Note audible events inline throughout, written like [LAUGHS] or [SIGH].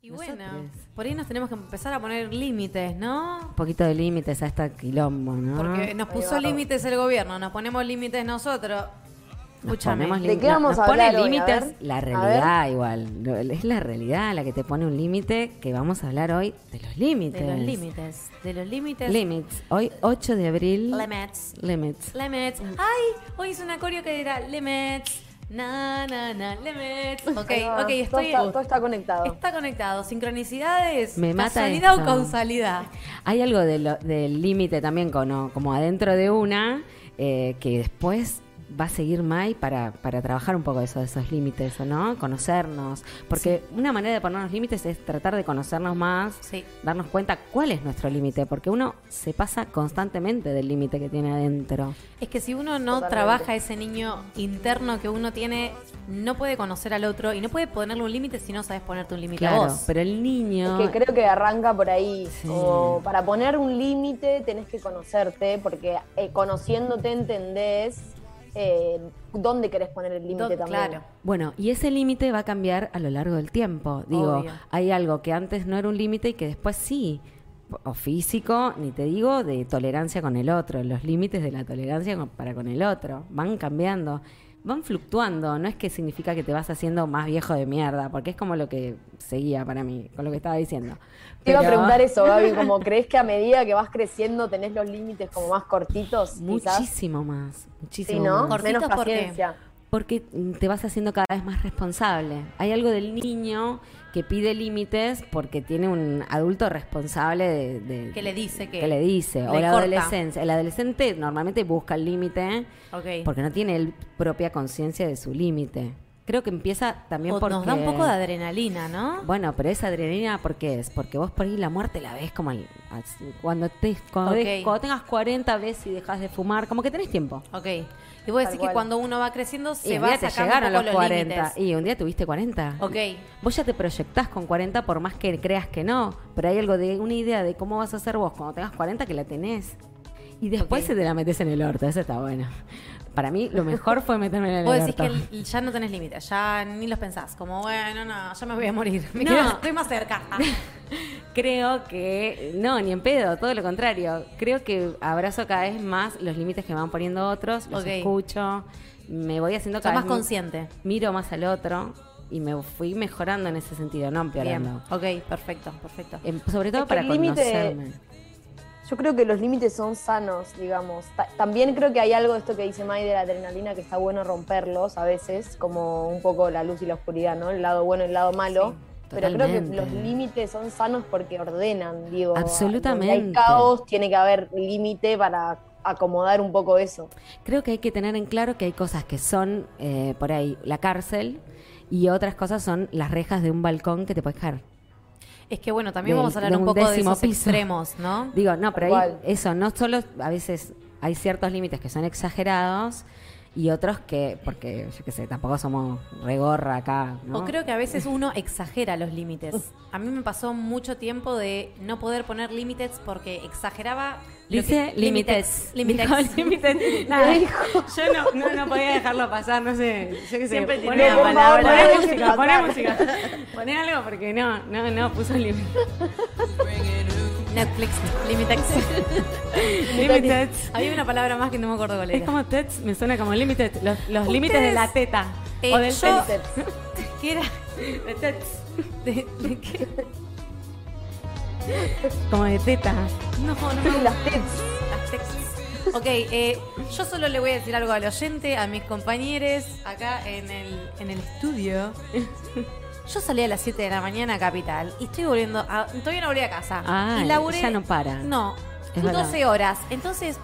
Y bueno, por ahí nos tenemos que empezar a poner límites, ¿no? Un poquito de límites a esta quilombo, ¿no? Ah. Porque nos puso límites el gobierno, nos ponemos límites nosotros. Nos Escúchame. ponemos ¿De qué no- vamos nos a hablar pone hoy? A límites ver. la A realidad igual. No, Es la realidad la que te pone un límite que vamos a hablar hoy de los límites. De los límites, de los límites. Limits. Hoy 8 de abril. Limits. Limits. Lemets. Ay, hoy hice una coreo que era Lemets. Na, na, na, Lemets. Ok, Ahí va. ok, Todo estoy. está, todo está conectado. Está conectado. Sincronicidades. Me mata ¿Casualidad esto. o causalidad? Hay algo de lo- del límite también como, como adentro de una eh, que después va a seguir Mai para, para trabajar un poco eso, de esos límites, ¿o no? Conocernos. Porque una manera de ponernos límites es tratar de conocernos más, Sí. darnos cuenta cuál es nuestro límite, porque uno se pasa constantemente del límite que tiene adentro. Es que si uno no Totalmente. trabaja ese niño interno que uno tiene, no puede conocer al otro y no puede ponerle un límite si no sabes ponerte un límite a Claro, vos. pero el Es niño... que creo que arranca por ahí. Sí. Como para poner un límite tenés que conocerte, porque eh, conociéndote entendés eh, dónde querés poner el límite Do- también. claro. Bueno, y ese límite va a cambiar a lo largo del tiempo. Digo, Obvio. hay algo que antes no era un límite y que después sí. O físico, ni te digo, de tolerancia con el otro. Los límites de la tolerancia con- para con el otro van cambiando, van fluctuando. No es que significa que te vas haciendo más viejo de mierda, porque es como lo que seguía para mí, con lo que estaba diciendo. Te iba a Pero- preguntar eso, Gaby, como crees que a medida que vas creciendo tenés los límites como más cortitos, quizás. Muchísimo más, Sí, muchísimo ¿no? más. Cortitos Menos porque- paciencia. Porque te vas haciendo cada vez más responsable. Hay algo del niño que pide límites porque tiene un adulto responsable de, de- Que le dice que- que le dice. o le la corta. adolescencia. El adolescente normalmente busca el límite Ok. porque no tiene él propia conciencia de su límite. Creo que empieza también O porque... Nos da un poco de adrenalina, ¿no? Bueno, pero esa adrenalina, ¿por qué es? Porque vos por ahí la muerte la ves como... al- así, cuando, te, cuando, Ok. des- cuando tengas 40 veces y dejas de fumar, como que tenés tiempo. Ok. Y voy a decir que cual. cuando uno va creciendo Y se un va día te sacando llegaron un poco los los 40. límites. Y un día tuviste 40. Ok. Vos ya te proyectás con 40 por más que creas que no, pero hay algo de una idea de cómo vas a ser vos cuando tengas 40 que la tenés. Y después Ok. se te la metes en el orto, eso está bueno. Para mí lo mejor fue meterme en [LAUGHS] el Vos orto. decís que el- ya no tenés límites, ya ni los pensás. Como, bueno, no, ya me voy a morir. [LAUGHS] Me No. quedo- estoy más [LAUGHS] cerca. Ah. Creo que no, ni en pedo, todo lo contrario. Creo que abrazo cada vez más los límites que me van poniendo otros, los Ok. escucho, me voy haciendo Sos cada más vez consciente. miro más al otro y me fui mejorando en ese sentido, no empeorando. Bien. Ok, perfecto, perfecto. Em, sobre todo Es que para el límite- conocerme. Yo creo que los límites son sanos, digamos. Ta- también creo que hay algo de esto que dice May de la adrenalina que está bueno romperlos a veces, como un poco la luz y la oscuridad, ¿no? El lado bueno y el lado malo. Pero creo que totalmente. los límites son sanos porque ordenan, digo. Absolutamente. donde Hay caos, tiene que haber límite para acomodar un poco eso. Creo que hay que tener en claro que hay cosas que son eh, por ahí la cárcel y otras cosas son las rejas de un balcón que te puedes caer. Es que bueno, también Del- vamos a hablar de un un poco de décimo esos piso. extremos, ¿no? Digo, no, pero ahí, Igual. eso, no solo a veces hay ciertos límites que son exagerados y otros que, porque yo qué sé, tampoco somos regorra acá. ¿no? O creo que a veces uno exagera los límites. A mí me pasó mucho tiempo de no poder poner límites porque exageraba. lo Dice que- límites. Límites. Dijo [LAUGHS] límites. límites. Nada, Yo no, no, no podía dejarlo pasar, no sé. Yo qué sé. Siempre poné tiene una una palabra. Poné palabra. No lo dejes música, poné pasar. música. Poné algo porque no, no, no, puso límites. [LAUGHS] [LAUGHS] Netflix. Límites. Límites. Había una palabra más que no me acuerdo cuál Es era. como tets, me suena como límites. Los, los Ustedes- límites de la teta. Eh, o del yo- tets. ¿Qué era? De tets. [LAUGHS] ¿De, de qué? Como de teta. No, no me Las tips. Las tex- Ok, eh, yo solo le voy a decir algo al oyente, a mis compañeros acá en el, en el [LAUGHS] estudio. Yo salí a las 7 de la mañana a Capital y estoy volviendo a, todavía no volví a casa. Ah, y laburé, ya no para. No, Es 12 verdad. horas. Entonces,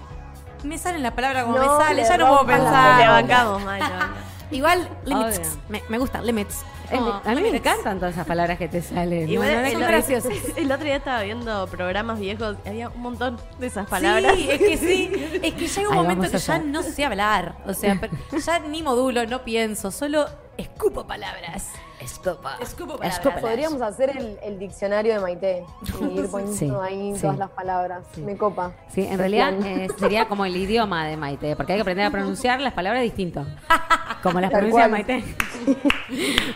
me salen las palabras como No, me salen, le ya no puedo rompan la Ah, pensar. bola. [LAUGHS] Igual, limits. Obvio. Me, me gusta, limits. Es- Como, a mí me limits. encantan todas esas palabras que te salen. Igual No, no, son el, graciosas. [LAUGHS] el otro día estaba viendo programas viejos, había un montón de esas palabras. Sí, es que sí. Es que llega un Ahí momento vamos que ya allá. no sé hablar. O sea, pero ya ni modulo, no pienso, solo escupo palabras. Escopa. Escupo palabras. Podríamos hacer el, el diccionario de Maite y ir [LAUGHS] poniendo Sí, ahí sí. todas las palabras. Me copa. Sí, en realidad eh, sería como el idioma de Maite, porque hay que aprender a pronunciar las palabras distinto. Como las Tal provincias de cual. Maite.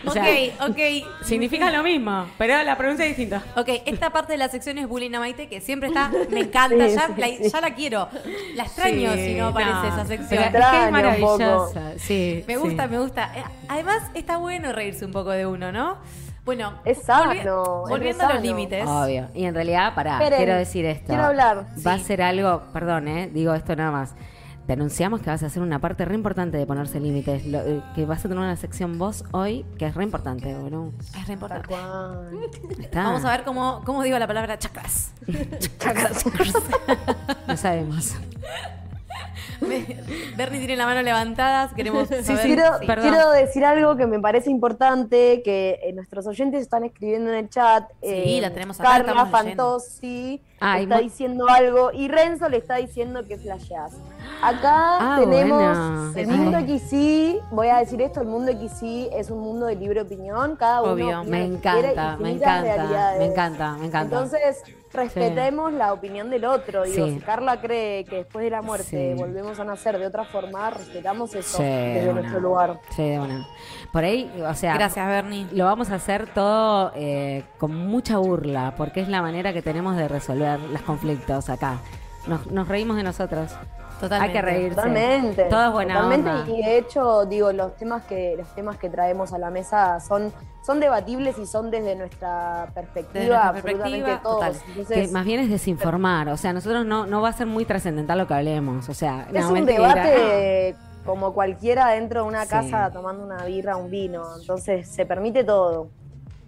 O sea, ok, ok. Significa lo mismo, pero la pronuncia es distinta. Ok, esta parte de la sección es bullying a Maite, que siempre está, me [LAUGHS] encanta, Sí, ya, sí, la, sí. ya la quiero. La extraño Sí, si no aparece esa pero sección. es que es Extraño un poco. maravillosa. Sí, Me sí. gusta, me gusta. Eh, Además, está bueno reírse un poco de uno, ¿no? Bueno, Es volvi- sano, es volviendo re a los sano. límites. Obvio. Y en realidad, pará, Esperen, quiero decir esto. quiero hablar. Va Sí. a ser algo, perdón, ¿eh? digo esto nada más. Te anunciamos que vas a hacer una parte re importante de ponerse límites. lo- eh, que vas a tener una sección vos hoy que es re importante, boludo. Es re Tal importante. cual. Está. Vamos a ver cómo, cómo digo la palabra chakras. No sabemos. Me- Bernie tiene la mano levantada, queremos saber. Quiero, Sí. perdón. quiero decir algo que me parece importante, que eh, nuestros oyentes están escribiendo en el chat. eh, la tenemos acá, Carla estamos leyendo. Fantozzi Ay, está mu- diciendo algo y Renzo le está diciendo que flasheás. Acá Ah, tenemos bueno. el Ay. mundo XY, voy a decir esto, el mundo XY es un mundo de libre opinión, cada uno Obvio, opina Me lo que quiere, encanta, me infinitas encanta, realidades. me encanta, me encanta. Entonces, respetemos la opinión del otro. Digo, Sí. si Carla cree que después de la Sí. muerte volvemos a nacer de otra forma, respetamos eso Sí, desde de nuestro una. lugar. Sí, de una. Por ahí, o sea, Gracias, Bernie. lo vamos a hacer todo eh, con mucha burla, porque es la manera que tenemos de resolver los conflictos acá. Nos, nos reímos de nosotros. Totalmente. Hay que reírse. Totalmente. Todo es buena Totalmente, onda. Y de hecho, digo, los temas que los temas que traemos a la mesa son son debatibles y son desde nuestra perspectiva Desde nuestra absolutamente perspectiva, todos. total. que Entonces, más bien es desinformar. O sea, nosotros no, no va a ser muy trascendental lo que hablemos. O sea, es no, un mentira. debate como cualquiera dentro de una Sí. casa tomando una birra, un vino. Entonces, se permite todo.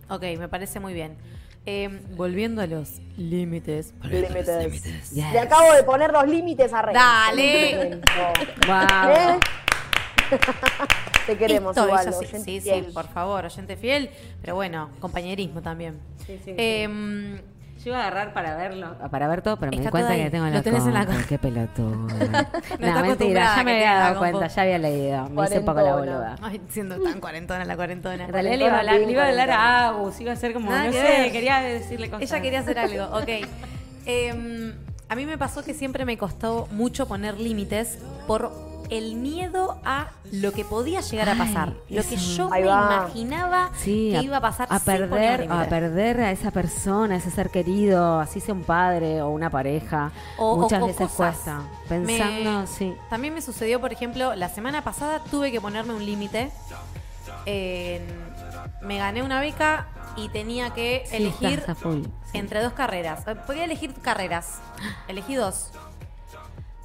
Ok, me parece muy bien. Eh, volviendo a los límites. Límites. Yes. Le acabo de poner los límites a Rey. Dale. Wow. ¿Eh? [LAUGHS] Te queremos Listo, igual. eso sí, oyente sí, sí, fiel. por favor, oyente fiel, pero bueno, compañerismo también. Em, Yo iba a agarrar para verlo. Para ver todo, pero me Está di cuenta todo ahí. que tengo la Lo tenés en la compu. compu. Qué [LAUGHS] pelotuda. está no, mentira, acostumbrada ya que me tenga había la dado compu. cuenta, ya había leído. Me hice un poco la Cuarentona. boluda. ay, siendo tan cuarentona la cuarentona. En realidad le iba a hablar, le iba a, hablar a Agus, iba a ser como, Nada no que sé, ver. quería decirle cosas. Ella quería hacer [LAUGHS] algo, ok. Em, a mí me pasó que siempre me costó mucho poner límites por el miedo a lo que podía llegar a Ay, pasar, lo que eso. yo Ahí me va. imaginaba Sí, que iba a pasar a sin poner perder límites. a perder a esa persona, a ese ser querido, así sea un padre o una pareja, O- muchas o- o veces cosas. cuesta. Pensando, Me- sí. También me sucedió, por ejemplo, la semana pasada tuve que ponerme un límite. En- me gané una beca y tenía que Sí, elegir estás a full. Sí. entre dos carreras. Eh, Podía elegir carreras. Elegí dos.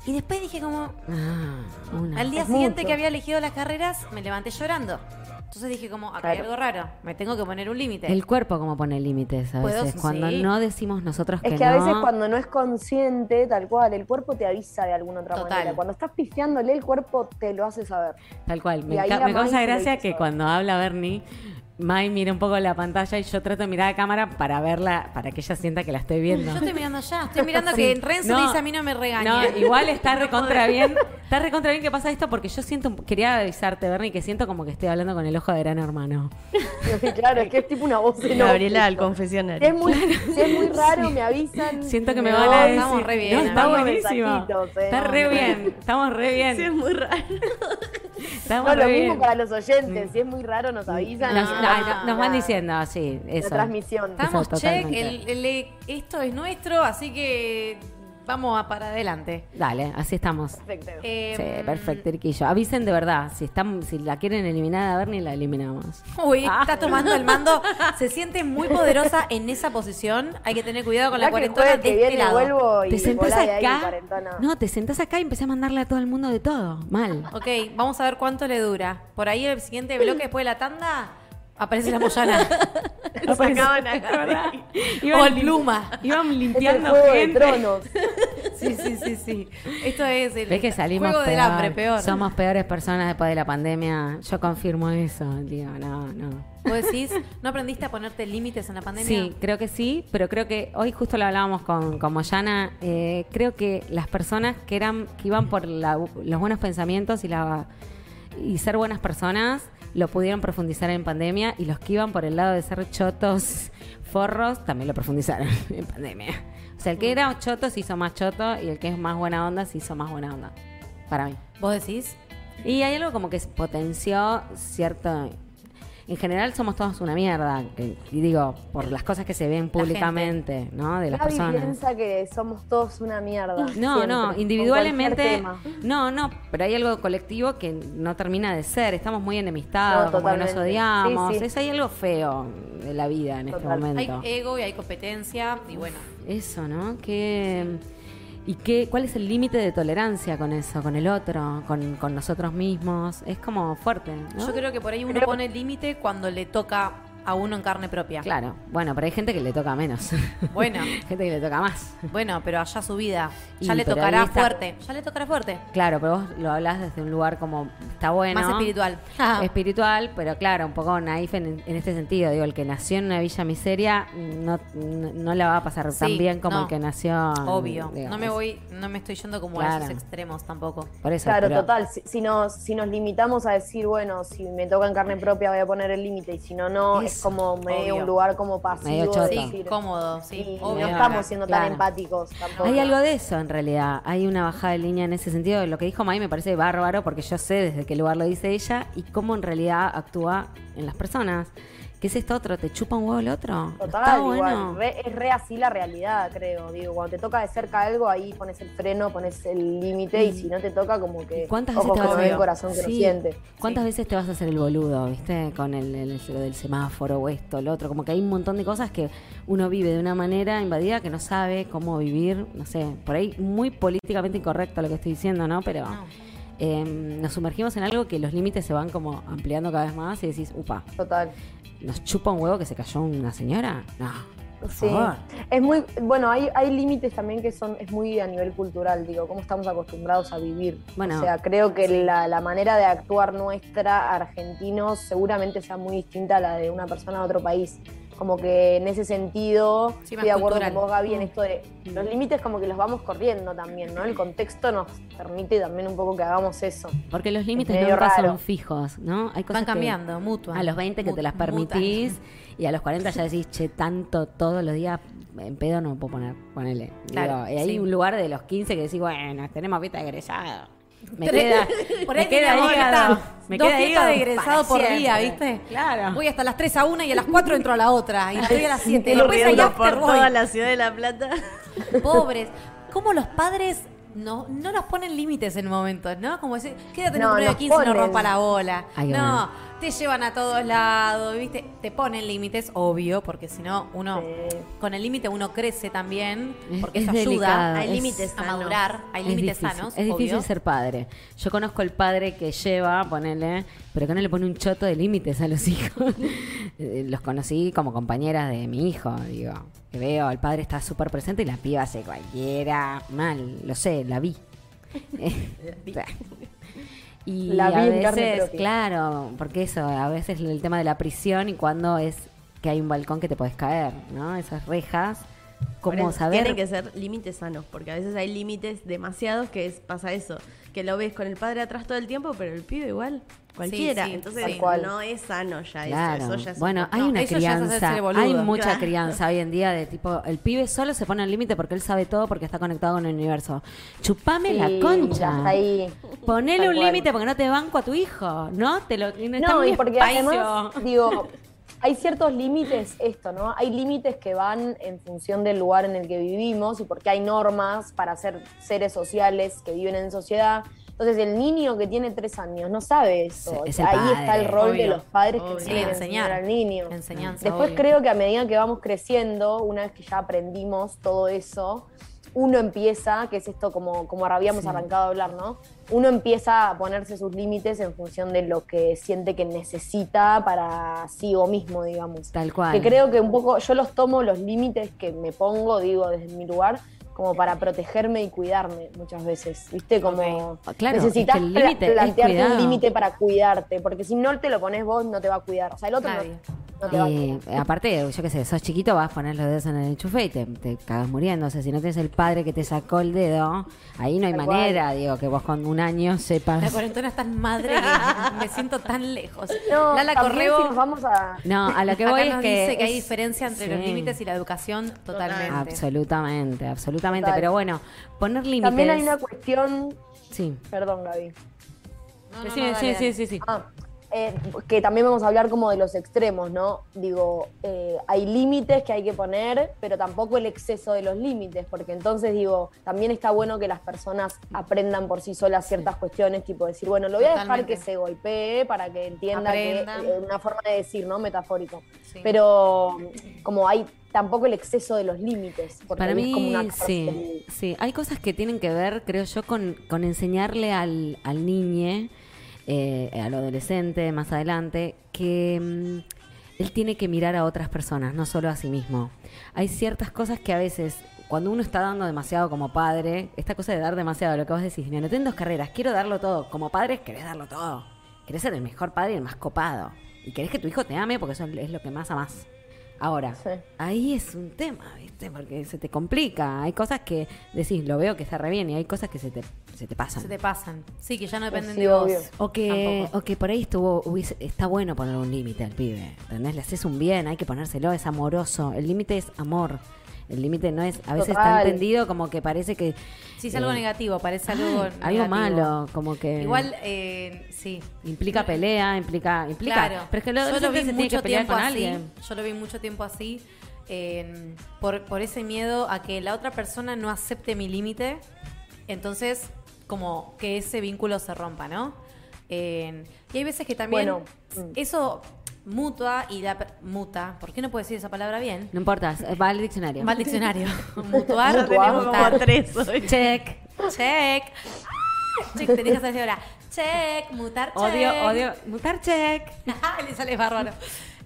Y después dije como, Ah, una. al día Es siguiente mucho. que había elegido las carreras, me levanté llorando. Entonces dije como, acá hay Claro. algo raro, me tengo que poner un límite. El cuerpo como pone límites a Puedo- veces. Cuando sí. no decimos nosotros que, Es que a no, veces cuando no es consciente, tal cual, el cuerpo te avisa de alguna otra Total. manera. Cuando estás pifiándole, el cuerpo te lo hace saber. [LAUGHS] Tal cual. Me, Y ahí enca- la me causa Mai se lo gracia hizo. que cuando habla Bernie, Mai mira un poco la pantalla y yo trato de mirar a cámara para verla, para que ella sienta que la estoy viendo. Yo estoy mirando allá, [LAUGHS] estoy mirando Sí. que Renzo No. le dice a mí no me No, regañe. igual [LAUGHS] está recontra bien. Está recontra bien que pasa esto porque yo siento, quería avisarte, Bernie, que siento como que estoy hablando con el ojo de gran hermano. claro, es que es tipo una voz [LAUGHS] en off. Gabriela al Si es confesionario. muy, si es muy raro, me avisan. Siento que me No, van a decir. estamos re bien, no, está amigos. buenísimo. Mensajitos, eh, Está no, re no. bien. Estamos re bien. [LAUGHS] Sí, es muy [LAUGHS] raro. Estamos No, lo re mismo bien. Mm. para los oyentes. Si es muy raro, nos avisan. Nos, y no, ay, la- no- nos van diciendo, sí, La eso. transmisión. Estamos Eso, check, totalmente. el- el- esto es nuestro, así que vamos a para adelante. Dale, así estamos. Perfecto. Em, Sí, perfecto, Irquillo. Avisen de verdad. Si están, si la quieren eliminar a Bernie, la eliminamos. Uy, Ah. está tomando el mando. Se siente muy poderosa en esa posición. Hay que tener cuidado con la Ya que cuarentona jueves que de este viene lado. vuelvo y Te sentás volá de ahí, acá. cuarentona. No, te sentás acá y empezás a mandarle a todo el mundo de todo. Mal. Ok, vamos a ver cuánto le dura. Por ahí el siguiente bloque después de la tanda aparece la [LAUGHS] Moyana. Sacaban acá. o el pluma. Iban Es el limpiando juego de gente. tronos. Sí, sí, sí, sí. Esto es el ¿Ves que salimos juego del peor? hambre, peor. Somos peores personas después de la pandemia. Yo confirmo eso. Digo, no, no. Vos decís, ¿no aprendiste a ponerte límites en la pandemia? Sí, creo que sí, pero creo que hoy justo lo hablábamos con, con Moyana, eh, creo que las personas que eran que iban por la- los buenos pensamientos y la y ser buenas personas lo pudieron profundizar en pandemia y los que iban por el lado de ser chotos, forros, también lo profundizaron [LAUGHS] en pandemia. O sea, el que era choto se hizo más choto y el que es más buena onda se hizo más buena onda. Para mí. ¿Vos decís? Y hay algo como que se potenció cierto... En general somos todos una mierda, que- y digo, por las cosas que se ven públicamente, ¿no? De las Gaby personas. piensa que somos todos una mierda. No, siempre, no, con individualmente. cualquier tema. No, no, pero hay algo colectivo que no termina de ser. Estamos muy enemistados, No, como que nos totalmente. odiamos. Sí, sí. Es, hay algo feo de la vida en este Total. Hay momento. ego y hay competencia y bueno. Eso, ¿no? ¿Qué, ¿Y qué, cuál es el límite de tolerancia con eso, con el otro, con, con nosotros mismos? Es como fuerte, ¿no? Yo creo que por ahí uno pone el límite cuando le toca a uno en carne propia. Ah, Claro, bueno, pero hay gente que le toca menos. [LAUGHS] Bueno. gente que le toca más. Bueno, pero allá su vida. Ya Y, le pero tocará ahí está- fuerte. Ya le tocará fuerte. Claro, pero vos lo hablas desde un lugar como está bueno. Ah. Más espiritual. Ah. Espiritual, pero claro, un poco naif en, en este sentido. Digo, el que nació en una villa miseria no, no, no la va a pasar tan Sí, bien como no. el que nació. en- Obvio. digo, No me es- voy, no me estoy yendo como a Ah, Claro. esos extremos tampoco. Por eso. Claro, pero- total. Si, si nos, si nos limitamos a decir, bueno, si me toca en carne propia voy a poner el límite y si no, no, es Eso, como medio obvio. un lugar como pasivo. Medio choto. de Sí, decir, cómodo, sí. y obvio. no medio estamos raro, siendo claro. tan empáticos tampoco. Hay algo de eso en realidad, hay una bajada de línea en ese sentido, lo que dijo May me parece bárbaro porque yo sé desde qué lugar lo dice ella y cómo en realidad actúa en las personas. ¿Qué es esto otro? ¿Te chupa un huevo el otro? No Total, Está igual, bueno. re- es re así la realidad, creo. Digo, cuando te toca de cerca algo, ahí pones el freno, pones el límite y si no te toca, como que Mm. ¿Cuántas veces ojo te vas que a no ve el corazón que Sí. lo siente. ¿Cuántas veces te vas a hacer el boludo, viste? Con el, el- lo del semáforo o esto, lo otro. Como que hay un montón de cosas que uno vive de una manera invadida que no sabe cómo vivir. No sé, por ahí muy políticamente incorrecto lo que estoy diciendo, ¿no? Pero No. eh, nos sumergimos en algo que los límites se van como ampliando cada vez más y decís, upa, Total. ¿nos chupa un huevo que se cayó una señora? No. Por Sí. Ah. favor. Es muy, bueno, hay, hay límites también que son, es muy a nivel cultural, digo, cómo estamos acostumbrados a vivir. Bueno. o sea, creo que la, la manera de actuar nuestra, argentinos, seguramente sea muy distinta a la de una persona de otro país. Como que en ese sentido, Sí, más estoy de acuerdo cultural. Mm. con vos, Gaby, en esto de los límites como que los vamos corriendo también, ¿no? El contexto nos permite también un poco que hagamos eso. Porque los límites medio nunca raro. son fijos, ¿no? Hay cosas Van que- cambiando, mutua. A los 20 que Mu- te las mutan. permitís [LAUGHS] y a los 40 ya decís, che, tanto todos los días en pedo no puedo poner, ponele. Claro, Digo, y hay sí. un lugar de los 15 que decís, bueno, tenemos fiesta de egresado. Me Tres- queda, [LAUGHS] por me ahí queda teníamos hígado. fiesta- Me dos queda fiestas de hígado egresado para por día, siempre. ¿viste? Claro. Voy hasta las 3 a una y a las 4 entro a la otra. Y estoy a las 7. Estoy Después hay riendo por after toda boy. la ciudad de La Plata. Pobres. ¿Cómo los padres no, no nos ponen límites en momentos, no? Como decir, quédate en No, un de nos 15 y no ponen. rompa la bola. Ay, bueno. no, te llevan a todos lados, ¿viste? Te ponen límites, obvio, porque si no, uno. Sí. Con el límite uno crece también, Es- porque es eso delicado, ayuda. es- Hay límites a sanos. madurar, hay Es límites difícil, sanos. Es difícil obvio. ser padre. Yo conozco el padre que lleva, ponele, pero que no le pone un choto de límites a los [LAUGHS] hijos. Eh, Los conocí como compañeras de mi hijo, digo. Que veo, el padre está súper presente y la piba hace cualquiera mal. Lo sé, [LAUGHS] la vi. Eh, [LAUGHS] y La vi a en carne veces, propia. claro, porque eso, a veces el tema de la prisión y cuando es que hay un balcón que te puedes caer, ¿no? Esas rejas. Como Por eso, saber Tienen que ser límites sanos, porque a veces hay límites demasiados que es, pasa eso, que lo ves con el padre atrás todo el tiempo, pero el pibe igual, cualquiera. sí, Entonces tal cual. no es sano ya Claro. eso, eso ya es- bueno, hay no. una eso ya es crianza, hacerse boludo. hay mucha Claro. crianza hoy en día de tipo, el pibe solo se pone al límite porque él sabe todo porque está conectado con el universo. Chupame la Sí, concha. hasta ahí. Ponele Tal un cual. límite porque no te banco a tu hijo, ¿no? Te lo no, está No, en y mi porque espacio. además, digo, hay ciertos límites, esto, ¿no? Hay límites que van en función del lugar en el que vivimos y porque hay normas para ser seres sociales que viven en sociedad. Entonces, el niño que tiene tres años no sabe eso. Es- es el Ahí padre, está el rol obvio, de los padres obvio. que Sí, tienen que enseñar. enseñar al niño. Enseñanza, Después obvio. creo que a medida que vamos creciendo, una vez que ya aprendimos todo eso, uno empieza, que es esto como, como habíamos arrancado a hablar, ¿no? Uno empieza a ponerse sus límites en función de lo que siente que necesita para sí o mismo, digamos. Tal cual. Que creo que un poco, yo los tomo los límites que me pongo, digo, desde mi lugar, como para protegerme y cuidarme muchas veces, ¿viste? Como Ok. Ah, Claro, es que necesitas el pla- límite es plantearte cuidado. un límite para cuidarte, porque si no te lo pones vos, no te va a cuidar. O sea, el otro no, Nadie. no te va a cuidar. Eh, aparte, yo qué sé, sos chiquito, vas a poner los dedos en el enchufe y te, te cagas muriendo. O sea, si no tienes el padre que te sacó el dedo, ahí no hay Tal cual. manera, digo, que vos con un año La sepas. cuarentena es tan madre que me siento tan lejos. No, Lala también Correo si nos vamos a... No, a lo que acá voy nos es que dice que hay es- diferencia entre los Sí. límites y la educación totalmente. Absolutamente, absolutamente. Total. Pero bueno, poner límites. También hay una cuestión... Sí. Perdón, Gaby. No, no, Decí, no, sí, dale, dale. sí, sí, sí. Ah, eh, que también vamos a hablar como de los extremos, ¿no? Digo, eh, hay límites que hay que poner, pero tampoco el exceso de los límites, porque entonces digo, también está bueno que las personas aprendan por sí solas ciertas cuestiones, tipo decir, bueno, lo voy a dejar Totalmente. que se golpee para que entienda que Aprendan. eh, una forma de decir, ¿no? Metafórico. Sí. Pero como hay tampoco el exceso de los límites, porque Para ahí es como mí, una sí, sí. Hay cosas que tienen que ver, creo yo, con, con enseñarle al, al niño, eh, al adolescente más adelante, que mm, él tiene que mirar a otras personas, no solo a sí mismo. Hay ciertas cosas que a veces, cuando uno está dando demasiado como padre, esta cosa de dar demasiado, lo que vos decís, mira, no tengo dos carreras, quiero darlo todo. Como padre, querés darlo todo. Querés ser el mejor padre y el más copado. Y querés que tu hijo te ame porque eso es lo que más amás. Ahora, Sí. ahí es un tema, ¿viste? Porque se te complica. Hay cosas que decís, lo veo que está re bien, y hay cosas que se te, se te pasan. Se te pasan. Sí, que ya no dependen sí, de vos. obvio. O que, Tampoco. o que por ahí estuvo, hubiese- está bueno poner un límite al pibe, ¿entendés? Le haces un bien, hay que ponérselo, es amoroso. El límite es amor. El límite no es, a veces está Total. entendido como que parece que... Sí, es algo eh, negativo, parece ay, algo. negativo. malo, como que... Igual, eh, sí. Implica pelea, implica... implica Claro. Pero es que lo yo lo vi se tiene mucho que pelear tiempo con así. alguien. Yo lo vi mucho tiempo así. eh, por, por ese miedo a que la otra persona no acepte mi límite. Entonces, como que ese vínculo se rompa, ¿no? Eh, y hay veces que también Bueno, eso mutua y da per- muta. ¿Por qué no puedo decir esa palabra [LAUGHS] bien? No importa, va al diccionario. Va al [LAUGHS] diccionario. [LAUGHS] Mutuar, Ya tenemos mutar. como tres hoy. Check. Check. Ah, Check, tenés que hacer así ahora. Check, mutar, check. Odio, odio. Mutar check. [LAUGHS] Le sale bárbaro.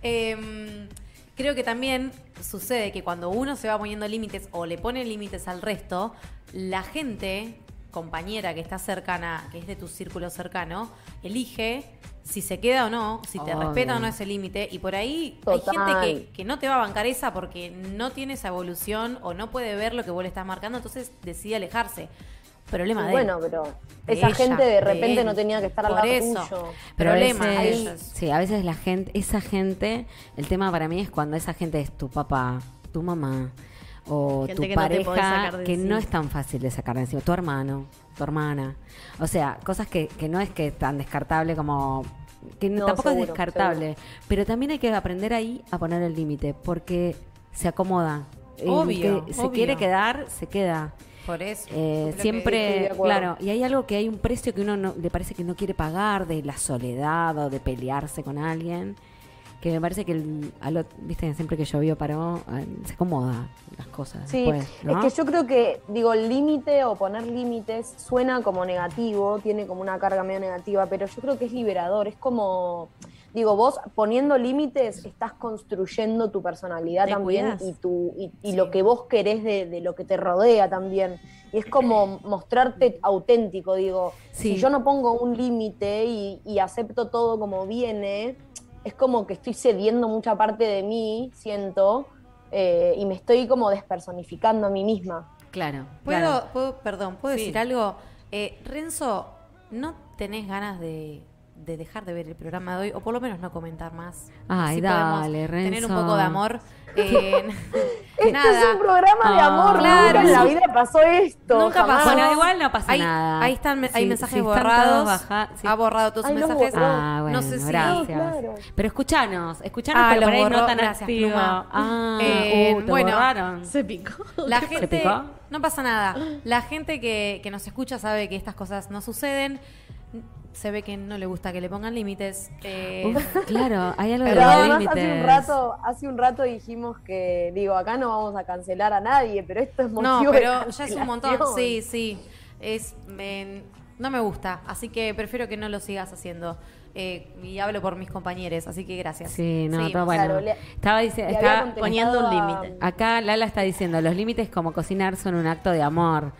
Em, creo que también sucede que cuando uno se va poniendo límites o le pone límites al resto, la gente, compañera que está cercana, que es de tu círculo cercano, elige si se queda o no, si te Obvio. respeta o no ese límite. Y por ahí hay Total. gente que, que no te va a bancar esa porque no tiene esa evolución o no puede ver lo que vos le estás marcando, entonces decide alejarse. Problema de él. Bueno, pero De esa ella, gente de de repente él. no tenía que estar al Por lado eso. tuyo. Pero Problema a de veces- ellos. Sí, a veces la gente, esa gente, el tema para mí es cuando esa gente es tu papá, tu mamá o Gente tu que no te pareja podés sacar de que encima. no es tan fácil de sacar de encima, tu hermano, tu hermana. O sea, cosas que, que no es que es tan descartable como que no- No, tampoco es seguro, descartable, pero también hay que aprender ahí a poner el límite porque se acomoda. El Obvio, que se obvio. quiere quedar, se queda. Por eso. Eh, Creo que- estoy de siempre, acuerdo. claro, y hay algo que hay un precio que uno no- le parece que no quiere pagar de la soledad o de pelearse con alguien, que me parece que el- al ot- viste siempre que llovió paró, eh, se acomoda las cosas. Sí, después, Pues, ¿no? es que yo creo que, digo, el límite o poner límites suena como negativo, tiene como una carga medio negativa, pero yo creo que es liberador, es como, digo, vos poniendo límites estás construyendo tu personalidad Te también cuidás. y, tu, y, y lo que vos querés de, de lo que te rodea también. Y es como mostrarte auténtico, digo, Sí. si yo no pongo un límite y, y acepto todo como viene, es como que estoy cediendo mucha parte de mí, siento, eh, y me estoy como despersonificando a mí misma. claro, ¿Puedo, claro. puedo- perdón, ¿puedo Sí. decir algo? Eh, Renzo, ¿no tenés ganas de, de dejar de ver el programa de hoy? O por lo menos no comentar más. Ay, Así podemos dale, Tener un Renzo. poco de [LAUGHS] amor. Eh, Este es nada. un programa de Ah, amor, claro. nunca en la vida pasó esto. Nunca jamás. pasó. Bueno, igual no pasa Hay- nada. Ah, Ahí están, me- hay Sí, mensajes sí, están borrados. todos baja- sí. Ha borrado todos sus Ay, los mensajes. borró. Ah, bueno, no sé si. gracias. Claro. Pero escuchanos, escuchanos, Ah, pero por los ahí no borró, tan gracias, activo. Pluma. Ah, Eh, uh, te bueno. borraron. Se picó. La pasó? gente. ¿Se picó? No pasa nada. La gente que, que nos escucha sabe que estas cosas no suceden. Se ve que no le gusta que le pongan límites. Eh, Uf, claro, hay algo Pero de los además hace un límites. rato, hace un rato dijimos que, digo, acá no vamos a cancelar a nadie, pero esto es motivo No, de pero ya es un montón. Sí, cancelación. sí. Es, me- no me gusta, así que prefiero que no lo sigas haciendo. Eh, y hablo por mis compañeros, así que gracias. Sí, no, Seguimos. todo bueno. Claro, le- estaba dici- Le estaba había contestado poniendo un a- límite. Acá Lala está diciendo, los límites como cocinar son un acto de amor.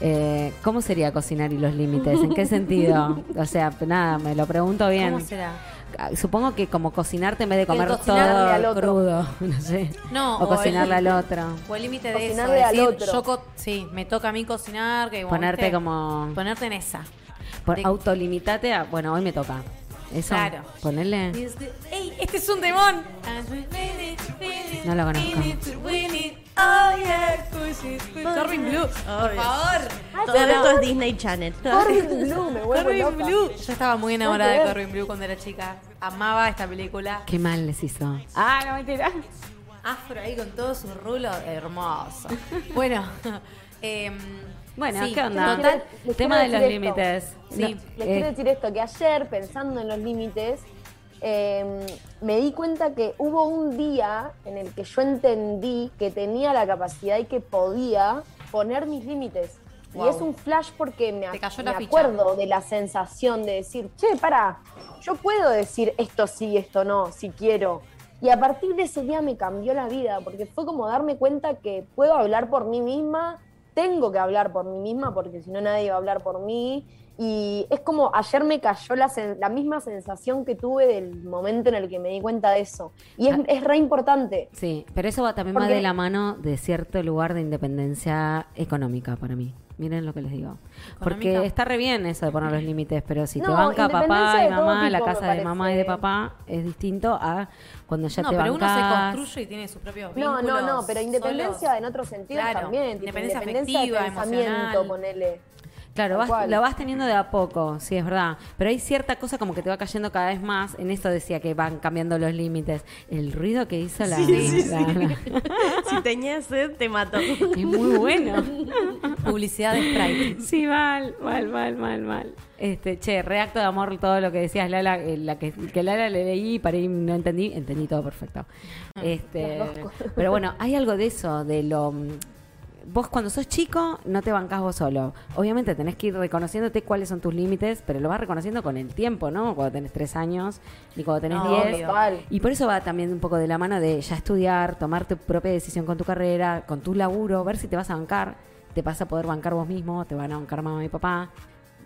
Eh, ¿Cómo sería cocinar y los límites? ¿En qué sentido? O sea, nada, me lo pregunto bien. ¿Cómo será? Ah, Supongo que como cocinarte en vez de comer cocinarle todo al otro. crudo, [LAUGHS] no sé. No, o, o el- cocinarle al otro. O el límite de eso. Cocinarle al decir, otro. yo co- sí, me toca a mí cocinar. Que, como, Ponerte ¿viste? como... Ponerte en esa. por- de- autolimitate a... Bueno, hoy me toca. Eso. Claro. Ponerle... ¡Ey, este es un demon! No lo conozco. Corbin Blue, por Obvio. favor. Todo esto es Disney Channel. Corbin Blue, me vuelvo Corbin loca. Blue. Yo estaba muy enamorada de ver. Corbin Blue cuando era chica. Amaba esta película. Qué mal les hizo. Ah, no mentira. Afro ahí con todos sus rulos. [LAUGHS] Hermoso. Bueno. [LAUGHS] em, Bueno, sí, ¿qué onda? total, Les quiero tema de los decir esto. límites. Sí. Les Eh, quiero decir esto, que ayer, pensando en los límites, eh, me di cuenta que hubo un día en el que yo entendí que tenía la capacidad y que podía poner mis límites. Wow. Y es un flash porque me, Te cayó me la ficha. acuerdo de la sensación de decir, che, para, yo puedo decir esto sí, esto no, si quiero. Y a partir de ese día me cambió la vida, porque fue como darme cuenta que puedo hablar por mí misma, tengo que hablar por mí misma, porque si no nadie va a hablar por mí. Y es como ayer me cayó la, sen- la misma sensación que tuve del momento en el que me di cuenta de eso. Y es, es re importante. Sí, pero eso va también va Porque- de la mano de cierto lugar de independencia económica para mí. Miren lo que les digo. Porque ¿Económica? está re bien eso de poner los límites, pero si te No, banca papá independencia y de todo mamá, la tipo, me casa de mamá y de parece. papá, es distinto a cuando ya no, te pero uno se bancás. construye y tiene sus propios No, vínculos. no, no, pero independencia solos. en otros sentidos Claro, también. tipo, independencia de afectiva, pensamiento, emocional. ponele. Claro, Tal vas- cual. la vas teniendo de a poco, sí, es verdad. Pero hay cierta cosa como que te va cayendo cada vez más. En esto decía que van cambiando los límites. El ruido que hizo la... Sí, sí, la- sí. [LAUGHS] si tenías sed, te [LAUGHS] mató. Es muy bueno. [LAUGHS] Publicidad [LAUGHS] de Sprite. [LAUGHS] Sí, mal, mal, mal, mal, mal. Este, che, reacto de amor todo lo que decías, Lala, eh, la que, que Lala le leí y para ahí no entendí, entendí todo perfecto. Este, [LAUGHS] pero bueno, hay algo de eso, de lo mm, vos cuando sos chico no te bancás vos solo. Obviamente tenés que ir reconociéndote cuáles son tus límites, pero lo vas reconociendo con el tiempo, ¿no? Cuando tenés tres años, ni cuando tenés No, diez. obvio. Total. Y por eso va también un poco de la mano de ya estudiar, tomar tu propia decisión con tu carrera, con tu laburo, ver si te vas a bancar, te vas a poder bancar vos mismo, te van a bancar mamá y papá.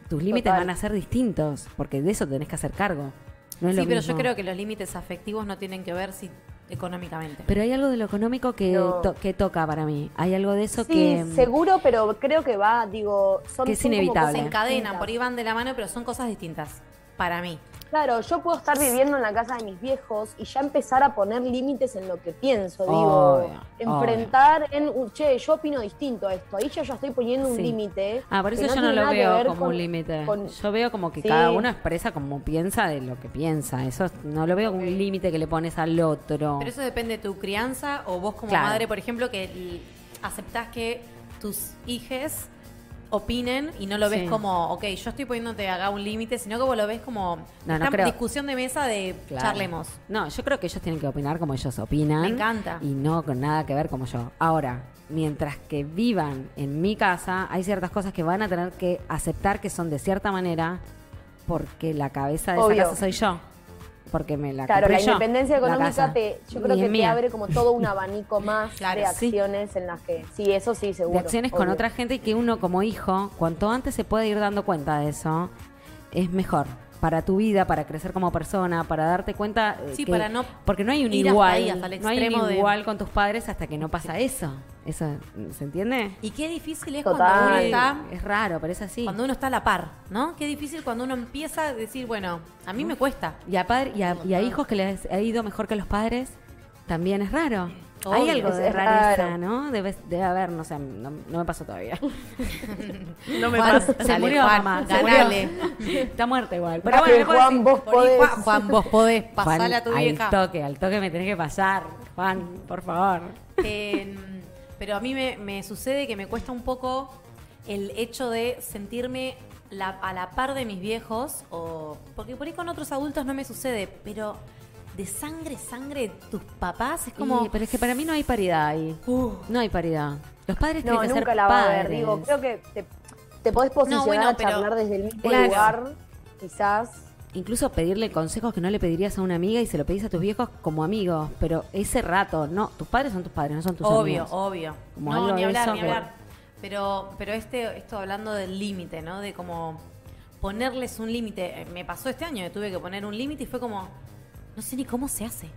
Tus límites Total. van a ser distintos, porque de eso tenés que hacer cargo. No es Sí, lo pero yo mismo. creo que los límites afectivos no tienen que ver si económicamente. Pero hay algo de lo económico que, No. to- que toca para mí. Hay algo de eso Sí, que... mm, seguro, pero creo que va, digo, son Que es son como inevitable. se cosas encadenan, distintas. por ahí van de la mano, pero son cosas distintas para mí. Claro, yo puedo estar viviendo en la casa de mis viejos y ya empezar a poner límites en lo que pienso, digo, Obvio, enfrentar en, uh, che, yo opino distinto a esto, ahí yo ya estoy poniendo un Sí. límite. Ah, por eso que yo no tiene lo nada que veo ver como con- un límite. con- Yo veo como que Sí. cada uno expresa como piensa de lo que piensa. Eso no lo veo como un límite que le pones al otro. Pero eso depende de tu crianza o vos como Claro. madre, por ejemplo, que l- aceptás que tus hijes opinen y no lo ves Sí. como, ok, yo estoy poniéndote acá un límite, sino que vos lo ves como No, no esta creo. discusión de mesa de Claro. charlemos. No, yo creo que ellos tienen que opinar como ellos opinan. Me encanta. Y no con nada que ver como yo. Ahora, mientras que vivan en mi casa, hay ciertas cosas que van a tener que aceptar que son de cierta manera porque la cabeza de Obvio. esa casa soy yo. Porque me la Claro, compré la yo, independencia económica casa. te, yo Y creo es que te mía. abre como [LAUGHS] todo un abanico más Claro, de sí. acciones en las que, sí, eso sí, seguro. de acciones con obvio. otra gente y que uno como hijo, cuanto antes se puede ir dando cuenta de eso, es mejor para tu vida, para crecer como persona, para darte cuenta eh, Sí, que- para no porque no hay un ir hasta igual, ahí, hasta el no hay extremo un de- igual con tus padres hasta que no pasa eso. Eso ¿se entiende? Y qué difícil es cuando Total. uno está Es raro, pero es así. cuando uno está a la par, ¿no? Qué difícil cuando uno empieza a decir, bueno, a mí me cuesta. Y a, padre, y, a, y a hijos que les ha ido mejor que a los padres, también es raro. Obvio. Hay algo de Es rareza, raro. ¿no? Debe, debe haber, no sé, no, no me [LAUGHS] pasó todavía. No me Juan, pasa. Se dale, murió Juan, mamá, se ganale. murió. Está muerta igual. Pero Dale, bueno, le puedo Juan, decir- vos Por ahí, podés. Juan, Ah, Juan, vos podés pasarle Juan, a tu al vieja. toque, al toque me tenés que pasar. Juan, por favor. En- Em, pero a mí me, me sucede que me cuesta un poco el hecho de sentirme la- a la par de mis viejos, o porque por ahí con otros adultos no me sucede, pero de sangre, sangre, tus papás es como... uh, Y- pero es que para mí no hay paridad ahí. No hay paridad. Los padres No, tienen que nunca ser la va a padres. ver. Digo, creo que te, te podés posicionar bueno, a charlar pero- desde el mismo Claro. lugar, quizás. Incluso pedirle consejos que no le pedirías a una amiga y se lo pedís a tus viejos como amigos, pero ese rato, no, tus padres son tus padres, no son tus obvio, amigos. obvio. Como no, algo ni de hablar, eso ni que- hablar. Pero, pero este, esto hablando del límite, ¿no? De como ponerles un límite. Eh, Me pasó este año que tuve que poner un límite y fue como, no sé ni cómo se hace.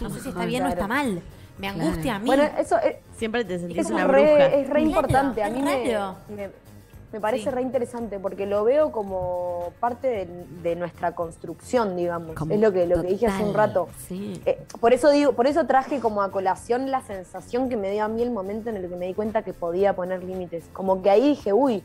No sé si está bien o Claro. está mal. Me Claro. angustia a mí. Bueno, eso eh, es, Siempre te sentís es una re, bruja. es re Claro, importante. A es mí me, raro. me- Me parece Sí. re interesante porque lo veo como parte de, de nuestra construcción, digamos. Como es lo que, lo que dije hace un total, rato. Sí. Eh, por eso digo, por eso traje como a colación la sensación que me dio a mí el momento en el que me di cuenta que podía poner límites. Como que ahí dije, uy,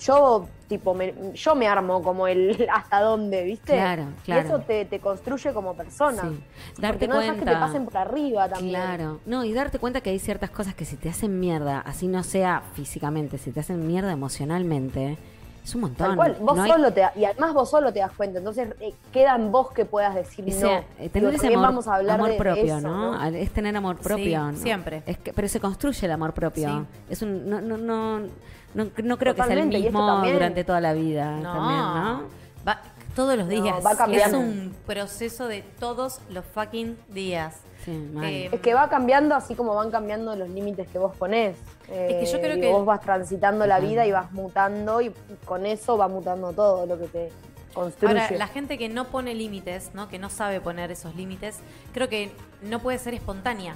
yo tipo me, yo me armo como el [LAUGHS] hasta dónde, ¿viste? Claro, claro. Y eso te, te construye como persona. Sí. Porque Darte no dejas cuenta. que te pasen por arriba también. Claro, no, y darte cuenta que hay ciertas cosas que si te hacen mierda, así no sea físicamente, si te hacen mierda emocionalmente, es un montón. Tal cual, vos No hay- solo te, y además vos solo te das cuenta, entonces eh, queda en vos que puedas decir o no. sea, eh, Digo, tener ese también amor, vamos a hablar amor de propio, eso, ¿no? Al- Es tener amor propio. Sí, ¿no? siempre. Es que- pero se construye el amor propio. Es un, no, no, no, no, no creo que sea el Totalmente, y esto mismo también. durante toda la vida. No. También, ¿no? Va- todos los días. va es cambiando. un proceso de todos los fucking días. Sí, mal. Eh, Es que va cambiando así como van cambiando los límites que vos ponés. que yo Eh, creo y que- vos vas transitando la vida y vas mutando y con eso va mutando todo lo que te construye. Ahora, la gente que no pone límites, ¿no? que no sabe poner esos límites, creo que no puede ser espontánea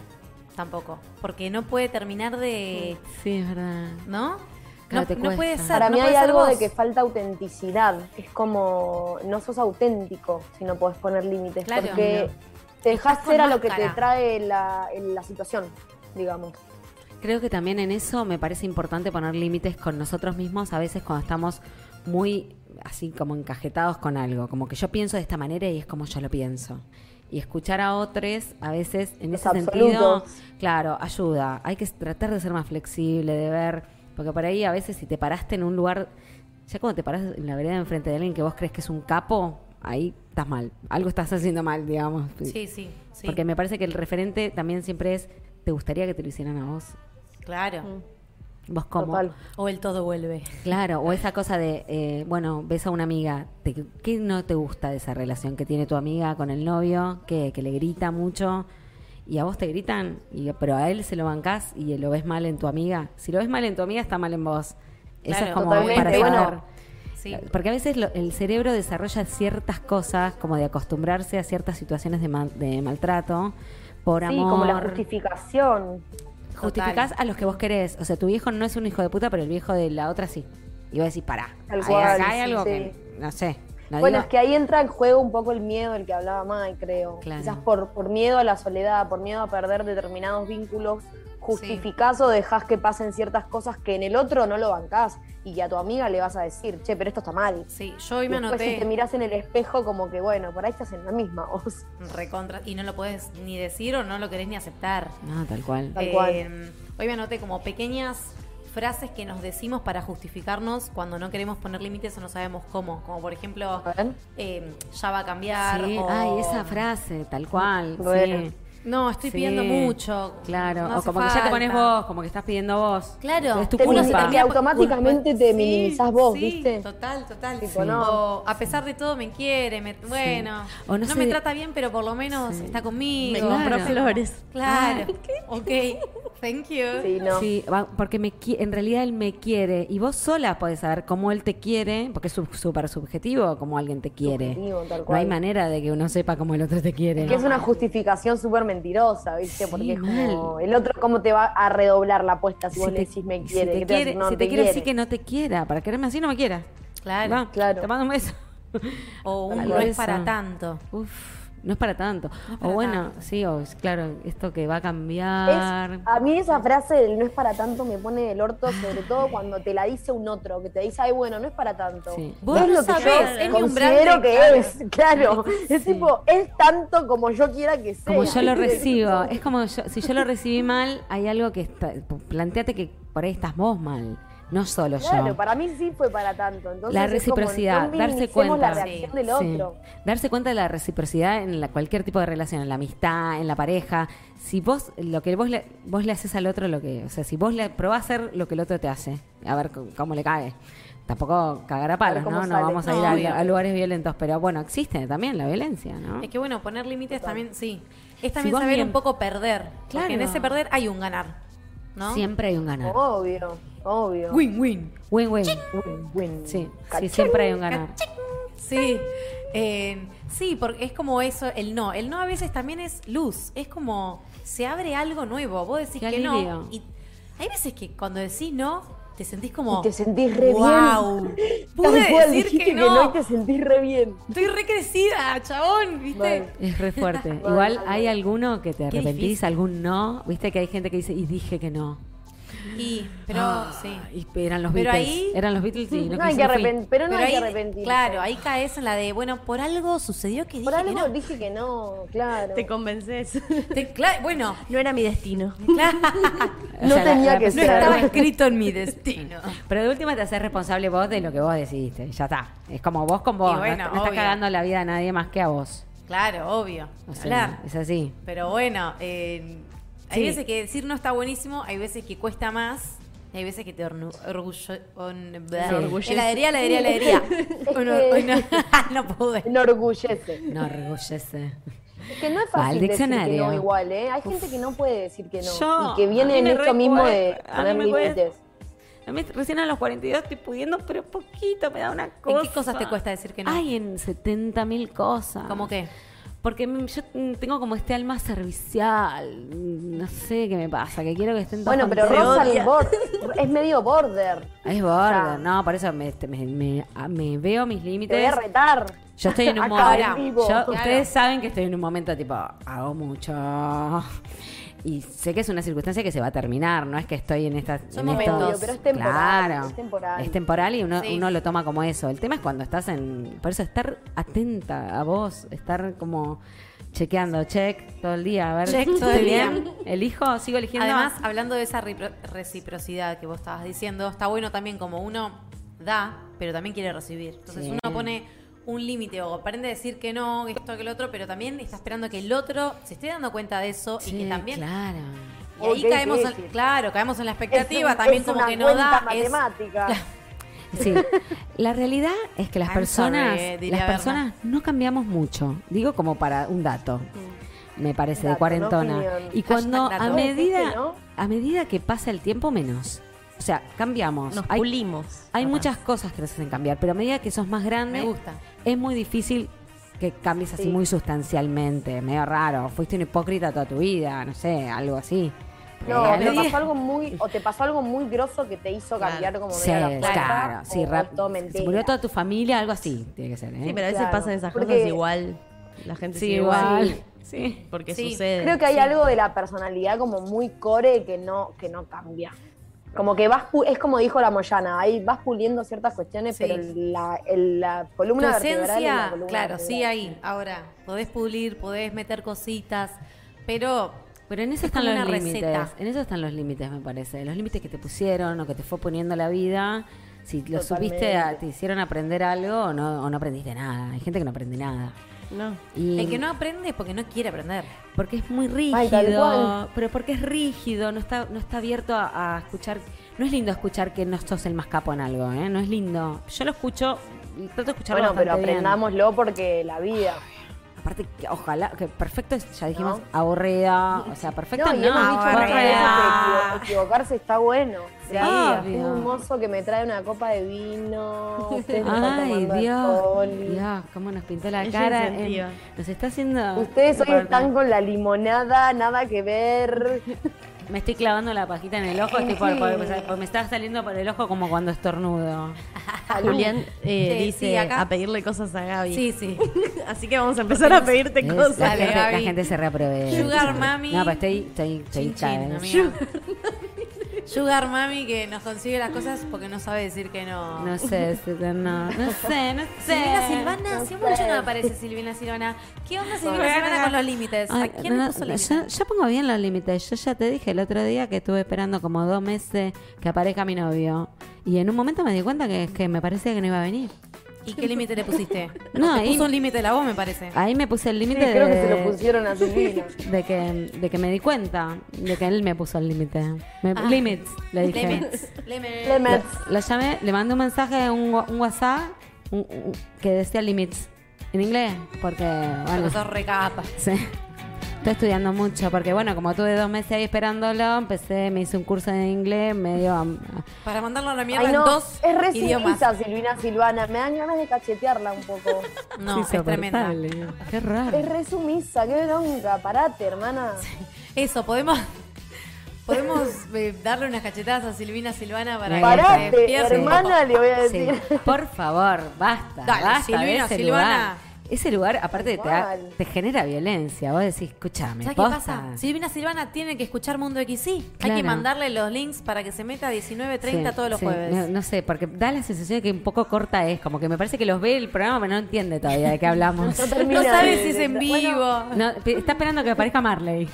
tampoco, porque no puede terminar de... Sí, es verdad. ¿No? Claro, no, te no cuesta. puede ser. Para no mí hay puede ser algo de vos. que falta autenticidad. Es como no sos auténtico si no podés poner límites. Claro. porque te Estás dejás con ser a lo que te máscara. trae la, en la situación, digamos. Creo que también en eso me parece importante poner límites con nosotros mismos, a veces cuando estamos muy así como encajetados con algo, como que yo pienso de esta manera y es como yo lo pienso. Y escuchar a otros, a veces en Los ese sentido, absolutos. claro, ayuda. Hay que tratar de ser más flexible, de ver, porque por ahí a veces si te paraste en un lugar, ya cuando te paras en la vereda enfrente de alguien que vos crees que es un capo, ahí estás mal. Algo estás haciendo mal, digamos. Sí, sí, sí. Porque me parece que el referente también siempre es, ¿te gustaría que te lo hicieran a vos? Claro. Mm. ¿Vos cómo? Total. O el todo vuelve. Claro, o esa cosa de, eh, bueno, ves a una amiga, te- ¿qué no te gusta de esa relación que tiene tu amiga con el novio? ¿Qué? Que le grita mucho y a vos te gritan, y, pero a él se lo bancás y lo ves mal en tu amiga. Si lo ves mal en tu amiga, está mal en vos. Eso Claro, es como totalmente, para bueno. saber. Sí. Porque a veces lo- el cerebro desarrolla ciertas cosas, como de acostumbrarse a ciertas situaciones de, mal- de maltrato, por Sí, amor. como la justificación. Justificás a los que vos querés. O sea, tu viejo no es un hijo de puta, pero el viejo de la otra sí. Y vos decís, pará. Tal ahí- cual, acá hay sí, algo sí. que. No sé. no bueno, digo- es que ahí entra en juego un poco el miedo del que hablaba Mai, creo. Claro. Quizás por, por miedo a la soledad, por miedo a perder determinados vínculos, justificás o dejás que pasen ciertas cosas que en el otro no lo bancás y que a tu amiga le vas a decir, che, pero esto está mal. Sí, yo hoy Y me después anoté Pues si te mirás en el espejo como que, bueno, por ahí estás en la misma. o sea, recontra y no lo puedes ni decir o no lo querés ni aceptar. No, tal cual. Tal cual. Eh, hoy me anoté como pequeñas frases que nos decimos para justificarnos cuando no queremos poner límites o no sabemos cómo. Como por ejemplo, A ver. eh, ya va a cambiar. Sí, o- ay, esa frase, tal cual. Bueno. sí. No, estoy Sí. pidiendo mucho. Claro, no o hace como que ya te pones falta. vos, como que estás pidiendo vos. Claro, Es tu Te culpa. mini- te automáticamente te minimizás vos, ¿viste? Total, total. Tipo, Sí. no. O, a pesar de todo me quiere, me- bueno, O no, no me sé- trata bien, pero por lo menos Sí. está conmigo. Me Claro. compró flores. Claro. Ok, thank you. Sí, no. Sí, va- porque me qui- en realidad él me quiere y vos sola podés saber cómo él te quiere, porque es sub- súper subjetivo cómo alguien te quiere. Subjetivo, tal No hay cual. manera de que uno sepa cómo el otro te quiere. Que es una justificación súper mentirosa, ¿viste? Porque es como, mal. el otro cómo te va a redoblar la apuesta si, Si vos te- le decís me si quiere. te ¿Qué quiere- vas a decir? No, si no te quiere así que no te quiera. Para quererme así no me quiera. Claro. Va, Claro. Te mando un beso. [LAUGHS] O un Tal no es cosa. para tanto. Uf, no es para tanto. para o bueno, tanto. sí, o es- claro, esto que va a Es- cambiar. a mí esa frase del no es para tanto me pone del orto, sobre todo cuando te la dice un otro, que te dice, ay, bueno, no es para tanto. Sí. Vos es no lo que sabés, es yo mi umbral considero de- que claro. es, [LAUGHS] claro. Es Sí. tipo, es tanto como yo quiera que sea. Como yo lo [LAUGHS] recibo. Es como yo- si yo lo recibí mal, hay algo que está. Planteate que por ahí estás vos mal, no solo Claro, yo. para mí sí fue para tanto. Entonces la es reciprocidad, como, no darse minimicemos cuenta. la reacción Sí, del Sí. otro. Darse cuenta de la reciprocidad en la, cualquier tipo de relación, en la amistad, en la pareja. Si vos, lo que vos le, vos le haces al otro, lo que, o sea, si vos le probás a hacer lo que el otro te hace, a ver c- cómo le cae. Tampoco cagará palos, cómo ¿no? No sale. vamos a No, ir a- obvio. a, lugares violentos, pero bueno, existe también la violencia, ¿no? Es que bueno, poner límites también, sí. Es Si también vos saber bien- un poco perder. Claro. Porque en ese perder hay un ganar. ¿No? Siempre hay un ganar. Oh. Obvio, obvio. Win-win. Win, win. Win, win. Sí, sí, Cachín. siempre hay un ganar. Sí. Eh, sí, porque es como eso, el no. El no a veces también es luz. Es como se abre algo nuevo. Vos decís Qué que alivio. no. Y hay veces que cuando decís no, te sentís como. Y te sentís re wow. Pude Tal cual, decir dijiste que no. y te sentís re bien. Estoy recrecida, chabón, ¿viste? Mal. Es re fuerte. Igual hay alguno que te Qué arrepentís, difícil. algún no. Viste que hay gente que dice, y dije que no. Y, pero Ah, sí. Y eran los Pero Beatles. ahí- Eran los Beatles [LAUGHS] y no, No quise, hay que no fui. arrepentir, pero no Pero hay que ahí- arrepentirse. Claro, ahí caes en la de, bueno, por algo sucedió que dije Por algo que no. dije que no, claro. Te convences. [LAUGHS] Te- cla- [LAUGHS] bueno, No era mi destino. claro, O No sea, la- tenía la que no persona- ser. estaba [LAUGHS] escrito en mi destino. Pero de última te haces responsable vos de lo que vos decidiste. Ya está. Es como vos con vos. Y no- bueno, no, estás obvio. cagando la vida a nadie más que a vos. Claro, obvio. O ni sea, hablar. es así. Pero bueno, eh, hay Sí. veces que decir no está buenísimo, hay veces que cuesta más. y Hay veces que te ornu- orgullo... On, Enorgullece. heladería, heladería, [LAUGHS] heladería. que- Honor- honor- no [LAUGHS] pude. Enorgullece. No orgullece. Es que no es Va al fácil decir que diccionario. no igual, ¿eh? Hay gente que no puede decir que no. Yo- y que a mí viene en me esto mismo de recuerda- a mí poner me cuesta- límites. [LAUGHS] A mí recién a los 42 estoy pudiendo, pero poquito, me da una cosa. ¿En qué cosas te cuesta decir que no? Ay, en 70 mil cosas. ¿Cómo qué? Porque mm, yo mm, tengo como este alma servicial. Mm, No sé qué me pasa, que quiero que estén todos Bueno, pero contentos. Rosa es bor- es medio border. Es sea- border, no, por eso me, este, me- me- a- me veo mis Te voy a límites. retar. Yo estoy [LAUGHS] [LAUGHS] en un Acá, momento. en vivo. yo- Claro. Ustedes saben que estoy en un momento tipo, hago mucho. Y sé que es una circunstancia que se va a terminar, no es que estoy en esta. en momentos, estos- pero es temporal, Claro, es temporal. Es temporal y uno, Sí. uno lo toma como eso. El tema es cuando estás en. Por eso estar atenta a vos, estar como chequeando, check todo el día, a ver. Check todo ¿estoy el día. bien? ¿Elijo? ¿Sigo eligiendo? Además, hablando de esa repro- reciprocidad que vos estabas diciendo, está bueno también como uno da, pero también quiere recibir. Entonces Sí. uno pone un límite o aprende a decir que no, que esto, que el otro, pero también está esperando que el otro se esté dando cuenta de eso Sí, y que también... Claro. Y ahí Oh, qué caemos, en, difícil. claro, caemos en la Es expectativa, un- también es como una que no da... es- matemática. Sí. La realidad es que las I'm personas, sorry, diría las Berna. personas no cambiamos mucho. Digo como para un dato. Me parece de Mm. Dato, no cuarentona. opinión. y cuando Hashtag a dato. medida Sí, ¿no? a medida que pasa el tiempo menos. O sea, cambiamos. Nos Hay- pulimos. Hay Capaz. muchas cosas que nos hacen cambiar, pero a medida que sos más grande, Me gusta. es muy difícil que cambies así Sí. muy sustancialmente, medio raro. Fuiste un hipócrita toda tu vida, no sé, algo así. No, Eh, a pero medida- pasó algo muy, o te pasó algo muy grosso que te hizo cambiar como Sí, medio la fuerza, claro, sí, o rap- todo Se mentira. murió toda tu familia, algo así, tiene que ser, ¿eh? Sí, pero a veces Claro, pasan esas porque- cosas igual. La gente Sí, sigue igual. igual. Sí. Porque Sí. sucede. Creo que hay algo de la personalidad como muy core que no, que no cambia. Como que vas, pu- es como dijo la Moyana, ahí vas puliendo ciertas cuestiones, Sí. pero la, el- la Tu columna vertebral es la esencia, columna claro, sí vertebral. ahí. Ahora, podés pulir, podés meter cositas, pero Pero en eso Es están como los una límites. receta. En eso están los límites, me parece. Los límites que te pusieron o que te fue poniendo la vida. Si lo supiste, a- Totalmente. te hicieron aprender algo o no, o no aprendiste nada. Hay gente que no aprende nada. No. Y el que no aprende es porque no quiere aprender. Porque es muy Ay, tal rígido. cual. Pero porque es rígido, no está, no está abierto a, a escuchar. No es lindo escuchar que no sos el más capo en algo, ¿eh? No es lindo. Yo lo escucho, trato de escucharlo Bueno, pero bastante bien. aprendámoslo porque la vida. Aparte, que ojalá, que perfecto, es- ya dijimos, No. aburrida. O [LAUGHS] sea, perfecto No, no. y hemos dicho muchas aburrida. veces que equivo- equivocarse está bueno. Sí, De ahí, obvio. un mozo que me trae una copa de vino. ustedes me están Ay, tomando Dios, alcohol. Dios, cómo nos pintó la Ella cara. eh, incentiva. nos está haciendo. Ustedes hoy Roberta, están con la limonada, nada que ver. Me estoy clavando la pajita en el ojo, estoy por- por- por- por- me está saliendo por el ojo como cuando estornudo. Julián eh, Sí, dice sí, acá. a pedirle cosas a Gaby. Sí, sí. [LAUGHS] Así que vamos a empezar a pedirte Es- cosas. La, Dale, gente, la Gaby. gente se reaprovecha. Sugar mami. No, pero estoy, estoy, estoy Chin, cada chin, vez- amiga. Sugar Mami que nos consigue las cosas porque no sabe decir que no. No sé, se- no, no sé, no sé. Silvina Silvana, siempre mucho no aparece Silvina Silvana. ¿Qué onda Silvina Silvana con los límites? ¿A Ay, quién no, le puso no, límites? yo, yo pongo bien los límites. Yo ya te dije el otro día que estuve esperando como dos meses que aparezca mi novio. Y en un momento me di cuenta que, que me parecía que no iba a venir. ¿Y qué límite le pusiste? No, Ah, No, te ahí- puso un límite la voz, me parece. Ahí me puse el Sí, límite de, creo que se lo pusieron a Silvina. de que de que me di cuenta de que él me puso el límite. Me- Ah. Limits, le dije. Lemets. Lemets. Clemens, Lo llamé, le mandé un mensaje, un, wa- un WhatsApp un- un- que decía limits en inglés, porque bueno, Porque sos recapa. sí. estoy estudiando mucho, porque bueno, como tuve dos meses ahí esperándolo, empecé, me hice un curso de inglés, medio ah, a- a- Para mandarlo a la mierda Ay, no, en dos es re idiomas. sumisa Silvina Silvana. Me dan ganas de cachetearla un [LAUGHS] poco. No, es tremenda. insoportable. Qué raro. Es re sumisa, qué bronca. Parate, hermana. Eso, podemos. [LAUGHS] Podemos eh, darle unas cachetadas a Silvina Silvana para que Parate, se despierte un hermana, poco? le voy a Sí, decir. [LAUGHS] por favor, basta. Dale, basta de Silvina, ese Silvana. lugar. Ese lugar, aparte, te, da- Igual. te genera violencia. Vos decís, escúchame, ¿Sabes qué posta. pasa? Silvina Silvana tiene que escuchar Mundo XI. Hay que Claro. mandarle los links para que se meta a 19.30 Sí, todos los sí. jueves. [LAUGHS] No, no sé, porque da la sensación de que un poco corta es. Como que me parece que los ve el programa, pero no entiende todavía de qué [LAUGHS] hablamos. No No, termina sabes de- si es de- en bueno, vivo. No, pe- está esperando que aparezca Marley.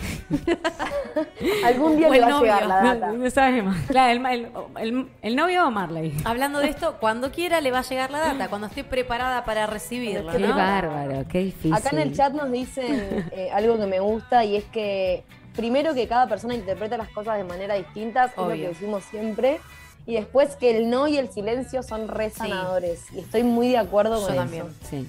Algún día O le el va a llegar novio. la No, [LAUGHS] data. no sabemos. [LAUGHS] Claro, el, ma- el- el- el novio o Marley. Hablando de esto, cuando quiera le va a llegar la data, cuando esté preparada para recibirla, Qué ¿no? bárbaro, qué difícil. Acá en el chat nos dicen eh, algo que me gusta y es que primero que cada persona interpreta las cosas de manera distinta, que es lo Obvio. que decimos siempre, y después que el no y el silencio son re sanadores. Y estoy muy de acuerdo Yo con también. eso. Sí.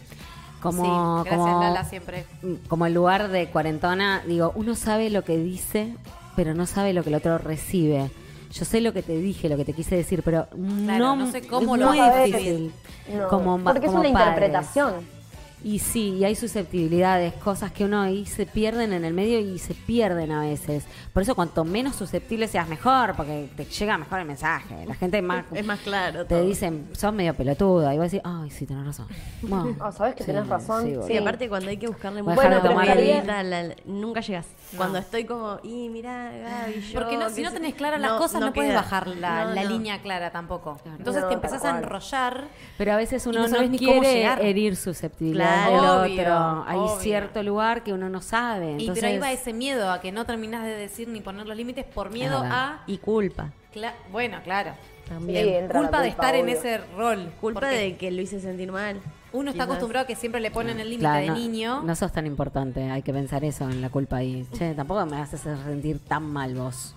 Como, sí, gracias como- Lala siempre. como el lugar de cuarentona, digo, uno sabe lo que dice, pero no sabe lo que el otro recibe. Yo sé lo que te dije, lo que te quise decir, pero no, no sé cómo es lo muy vas a difícil. No, como ma- porque es como una padres. interpretación. Y sí, y hay susceptibilidades, cosas que uno ahí se pierden en el medio y se pierden a veces. Por eso cuanto menos susceptible seas mejor, porque te llega mejor el mensaje. La gente [LAUGHS] más Es más claro. te todo. dicen, sos medio pelotuda, y vos decís, ay, sí, tenés razón. [LAUGHS] Bueno, Ah, sabés que tenés razón. boludo. Sí, Sí. aparte cuando hay que buscarle Voy a mucho dejar de tomar la el- vida, la- la- nunca llegas. Cuando estoy como, y mirá, Gaby, yo. Porque no, qué si no sé- tenés claras las no- cosas, no, no puedes queda. bajar la, No, la no. línea clara tampoco. Entonces No, te tal empezás a cual. enrollar. Pero a veces uno Y no no, sabes ni cómo llegar. quiere herir susceptibilidades Claro. del otro. Obvio, Hay obvio. cierto lugar que uno no sabe. Y Entonces, pero ahí va ese miedo a que no terminás de decir ni poner los límites por miedo verdad. a... Y culpa cla- bueno, claro. también. Sí, entra la culpa de estar en obvio. ese rol. Culpa porque de que lo hice sentir mal. Uno está Quizás. acostumbrado a que siempre le ponen el límite claro, de no, niño. No sos tan importante, hay que pensar eso en la culpa ahí. Che, tampoco me haces sentir tan mal vos.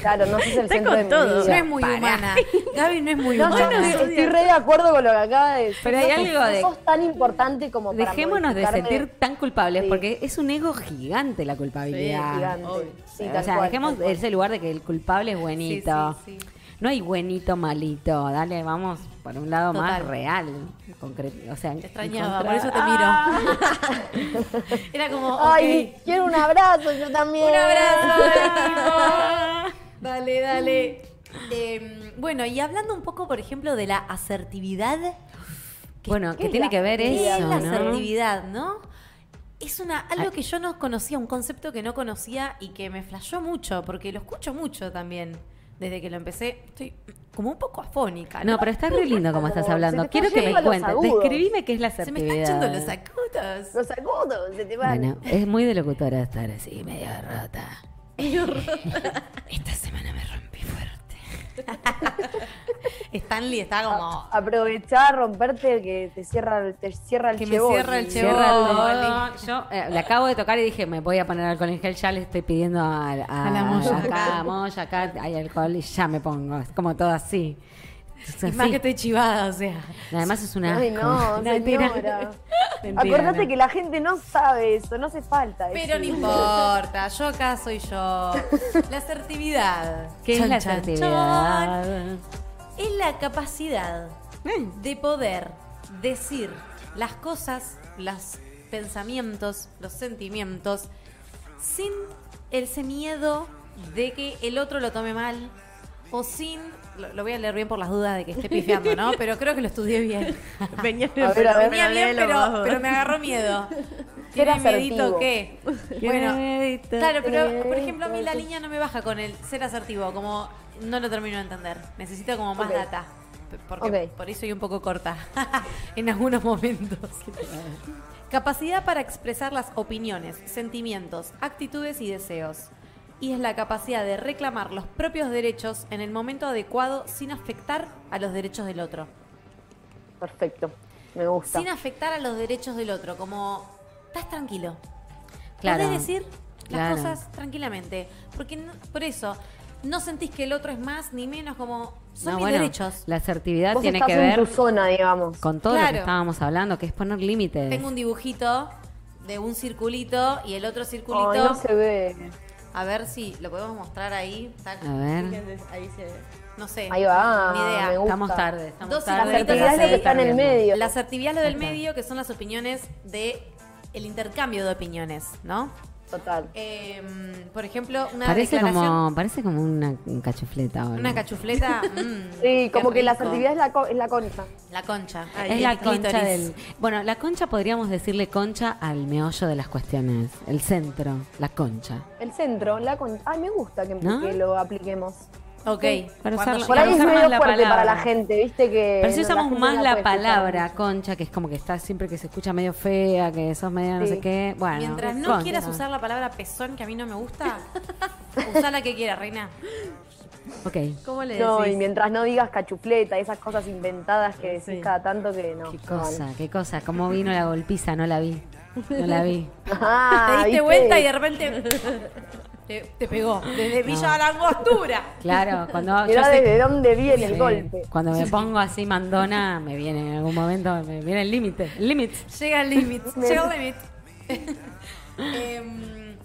Claro, no sos el Está centro con de mi todo. no vida. es muy [LAUGHS] humana. [LAUGHS] Gaby no es muy No, yo humana. estoy- estoy re de acuerdo con lo que acaba de decir. Pero hay No sos- algo no de- sos tan importante como para Dejémonos de modificarme. sentir tan culpables, Sí. porque es un ego gigante la culpabilidad. Sí, gigante. Obvio. Sí, o tal sea, cual, dejemos tal cual. ese lugar de que el culpable es buenito. Sí, sí, sí. No hay buenito malito, dale, vamos por un lado más Total. real, concreto, o sea, Te extrañaba, encontrar- por eso te miro. [LAUGHS] Era como, Ay, ok, quiero un abrazo, yo también. un abrazo. Nico. dale, dale. Eh, bueno, y hablando un poco, por ejemplo, de la asertividad. Ah, Bueno, ¿Qué que es tiene la que ver ¿Qué es eso, la ¿no? Ah. asertividad, no? Es una, algo que yo no conocía, un concepto que no conocía y que me flashó mucho, porque lo escucho mucho también. Desde que lo empecé, estoy como un poco afónica. No, pero está re lindo como estás Como, se hablando. te Quiero están que me yendo los cuentes. agudos. Describime qué es la se me asertividad. están echando los sacudos. [LAUGHS] Los agudos, se te van. Bueno, es muy de locutora estar así, medio rota. Esta semana me rompí fuerte. Stanley está como. Aprovechar, romperte, que te cierra, te cierra el Que me chebol. cierra el chebol. Cierra Oh, el dedo. Yo eh, le acabo de tocar y dije, me voy a poner alcohol en gel, ya le estoy pidiendo a, a- A la Moya. Acá, a Moya, acá hay alcohol y ya me pongo. Es como todo así. Es Y más así. que estoy chivada, o [LAUGHS] sea. Además es una... Ay, no, señora. Acordate que la gente no sabe eso, no hace falta. Pero no decir. importa, yo acá soy yo. La asertividad. ¿Qué es Chan, la chan, asertividad? chan. Es la capacidad de poder decir las cosas, los pensamientos, los sentimientos, sin ese miedo de que el otro lo tome mal o sin... Lo, lo voy a leer bien por las dudas de que esté pifiando, [LAUGHS] ¿no? Pero creo que lo estudié bien. [LAUGHS] Venía A ver, a ver. Venía bien, pero, pero me agarró [LAUGHS] miedo. ¿Tiene miedito asertivo. qué? Bueno, claro, pero por ejemplo a mí la Miedito. línea no me baja con el ser asertivo, como no lo termino de entender. Necesito como más Ok. data. p- Porque Ok. por eso soy un poco corta [LAUGHS] en algunos [LAUGHS] momentos. Capacidad para expresar las opiniones, sentimientos, actitudes y deseos. Y es la capacidad de reclamar los propios derechos en el momento adecuado sin afectar a los derechos del otro Perfecto, me gusta. sin afectar a los derechos del otro, como estás tranquilo. Claro. Podés decir las Claro. cosas tranquilamente, porque no- por eso no sentís que el otro es más ni menos como son No, mis bueno, Eh. derechos. La asertividad Vos tiene estás que en ver tu zona, digamos. con todo lo que Claro. estábamos hablando, que es poner límites. Tengo un dibujito de un circulito y el otro circulito. Ay, no se ve. A ver si lo podemos mostrar ahí. Tac. A ver. Ahí se No sé. Ahí va, Ni idea. me gusta. Estamos tarde, estamos Dos La tarde. circulitos asertividad es lo así. que está en el medio. La asertividad es lo del medio, que son las opiniones de el intercambio de opiniones, ¿no? Total. Eh, por ejemplo, una Parece declaración, como, parece como una cachufleta. ¿o no? una cachufleta. mm, Sí, qué como que la rico. fertilidad es la, co- es la concha. La concha. Ay, Es el la concha clítoris. del... Bueno, la concha podríamos decirle concha al meollo de las cuestiones. El centro, la concha. El centro, la concha. Ay, me gusta que, ¿No? que lo apliquemos. Ok. cuando Para usarlo- llegue- Por ahí es usar más medio la fuerte para la palabra. gente, viste que. Pero si no, usamos gente no más la puede escuchar palabra mucho. concha, que es como que está siempre que se escucha medio fea, que sos media no Sí. sé qué. Bueno, Mientras no concha. quieras usar la palabra pezón, que a mí no me gusta, usá la que quieras, reina. Ok. ¿Cómo le No, decís? y mientras no digas cachufleta, esas cosas inventadas que decís Sí. cada tanto que no. Qué no cosa, vale. qué cosa. Cómo vino la golpiza, no la vi. No la vi. [LAUGHS] Ah, te diste ¿viste? vuelta y de repente te, te pegó. Desde Villa de la Angostura. Claro, cuando yo Mirá sé- desde dónde viene Sí. el golpe. Cuando me pongo así mandona, me viene en algún momento, me viene el límite. El límite. Llega el límite. llega el límite. Em,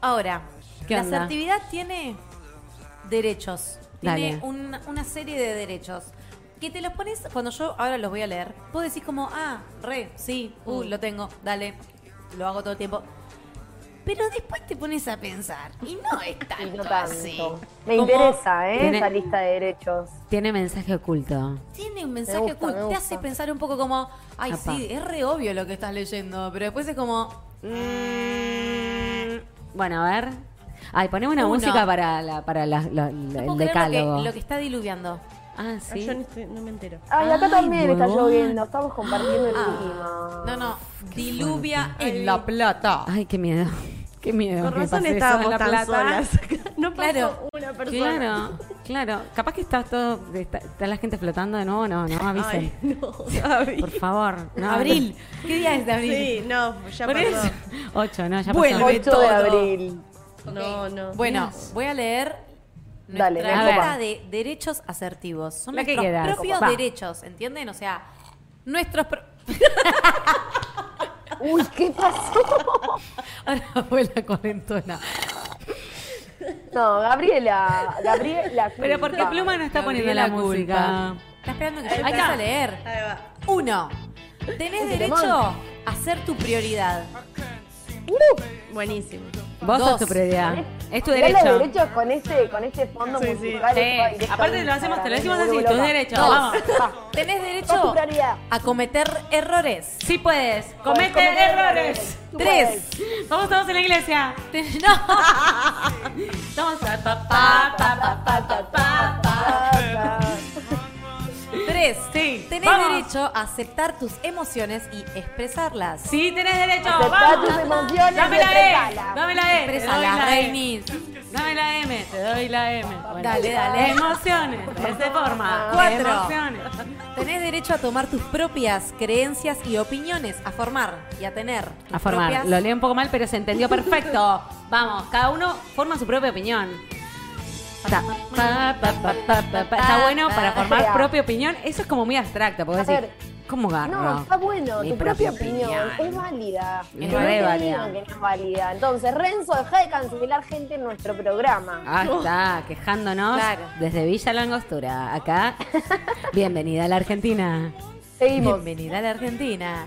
ahora, ¿Qué la onda? asertividad tiene derechos. Tiene Dale. un- una serie de derechos. Que te los pones, cuando yo ahora los voy a leer, vos decís como, ah, re, sí, uh, lo tengo, dale, lo hago todo el tiempo. Pero después te pones a pensar, y no es Y tanto, no así. tanto. Me Como interesa, ¿eh? Ah, Tiene- Esa lista de derechos. Tiene mensaje oculto. Tiene un mensaje gusta, oculto, me te gusta. hace pensar un poco como, ay, Apa. sí, es re obvio lo que estás leyendo, pero después es como, Mm, Bueno, a ver. Ay, poneme una Uno. música para, la, para la- la- la- No el puedo creer lo que- decálogo. Lo que, está diluviando. Ah, Ah, sí. Yo no, estoy- no me entero. Ay, acá Ay, también está huevón. lloviendo, estamos compartiendo el clima. No, no, diluvia en La plata. Ay, qué miedo. [LAUGHS] Qué miedo. Con me razón pasé estábamos sola en tan solas. [LAUGHS] No pasó Claro. una persona. Claro, claro. Capaz que está todo. Está, está la gente flotando de nuevo. No, no, avisen. Ay, no, [LAUGHS] Gaby. Por favor. No, abril. ¿Qué día es de abril? Sí, no, ya Por pasó. eso. Ocho, no, ya Vuelve. pasó. 8 de todo. abril. Ok. No, no. Bueno, voy a leer nuestra Dale, me copa. lista de derechos asertivos. Son La que nuestros quieras. propios Va. derechos, ¿entienden? O sea, nuestros... pro- Uy, ¿qué pasó? Ahora fue la cuarentona. No, Gabriela. Gabriela. Pero ¿por qué culpa. Pluma no está Gabriela poniendo la culpa. música? Está esperando que yo Ahí empiece está. a leer. Ahí va. Uno, tenés derecho temón. a ser tu prioridad. Buenísimo. Vos Dos. sos tu prioridad. Es tu Mirá los derecho. derechos con este, con este fondo Sí, sí. musical. Sí. esto va directo Aparte a lo hacemos, te lo decimos Instagram, me así, vuelvo tus loca. derechos. Dos. Vamos. Va. Tenés Sos tu derecho prioridad. a cometer errores. Sí puedes. Podés Comete cometer errores. Tú Tres. Vamos todos en la iglesia. Ten- No. Vamos a pa, pa, pa, pa, pa, pa, pa, pa. Tres. Sí, Tenés vamos. derecho a aceptar tus emociones y expresarlas. Sí, tenés derecho. Aceptá Vamos. tus emociones y Dame la E. expresala. Dame la E. Te doy Expresalas, la E. Reynis. Dame la M. Te doy la M. Bueno. Dale, dale. Emociones. De esa forma. Cuatro. Emociones. Tenés derecho a tomar tus propias creencias y opiniones, a formar y a tener. tus A formar. propias- Lo leí un poco mal, pero se entendió perfecto. Vamos, cada uno forma su propia opinión. Está, pa, pa, pa, pa, pa, pa. Está bueno para formar Espera. propia opinión. Eso es como muy abstracto, porque A decir, ver. ¿cómo garro? No, está bueno, Ah, Mi tu propia opinión es válida. Es Yo no re te válida. digo que no es válida. Entonces, Renzo, deja de cancelar gente en nuestro programa. Ah, está, quejándonos Claro. desde Villa La Angostura. Acá, [LAUGHS] bienvenida a la Argentina. Seguimos. Bienvenida a la Argentina.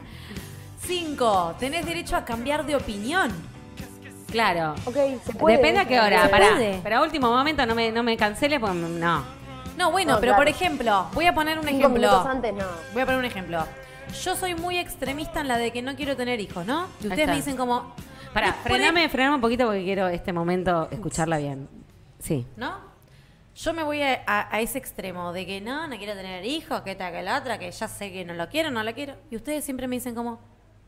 Cinco. Tenés derecho a cambiar de opinión. Claro. Ok, se puede. Depende a qué hora, Se pará. puede. Pero a último momento no me, no me canceles, porque no. No, bueno, No, pero claro. por ejemplo, voy a poner un Cinco minutos ejemplo. antes, no. Voy a poner un ejemplo. Yo soy muy extremista en la de que no quiero tener hijos, ¿no? Y Ahí está. ustedes me dicen como. Pará, "No, por ahí- frename, frename un poquito porque quiero este momento escucharla bien. Sí. ¿no? Yo me voy a, a- a ese extremo de que no, no quiero tener hijos, que esta, que la otra, que ya sé que no lo quiero, no lo quiero. Y ustedes siempre me dicen como,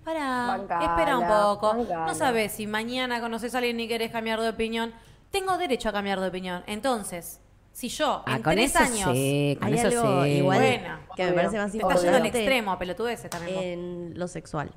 pará, Bancala, espera un poco. bancala. No sabes si mañana conoces a alguien y querés cambiar de opinión. Tengo derecho a cambiar de opinión. Entonces, si yo Ah, en con tres eso años... sí, Eh, con Hay eso algo sí. igual Bueno, que me obvio. parece más Te Te está yendo al importante extremo, pelotudeces también Eh, vos. en lo sexual.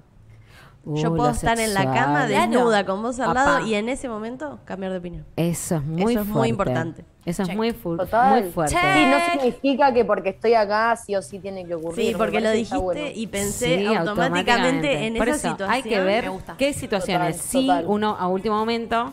Uh, Yo puedo lo estar en la sexual. cama Claro. desnuda con vos al Papá. lado y en ese momento cambiar de opinión. Eso es muy Eso es muy fuerte. importante. Eso es Check. muy, fu- Total. muy fuerte. Check. Sí, no significa que porque estoy acá sí o sí tiene que ocurrir. Sí, porque me lo parece que está dijiste bueno. y pensé automáticamente en Por esa eso, situación. Hay que ver Me gusta. qué situaciones Total, sí total. uno a último momento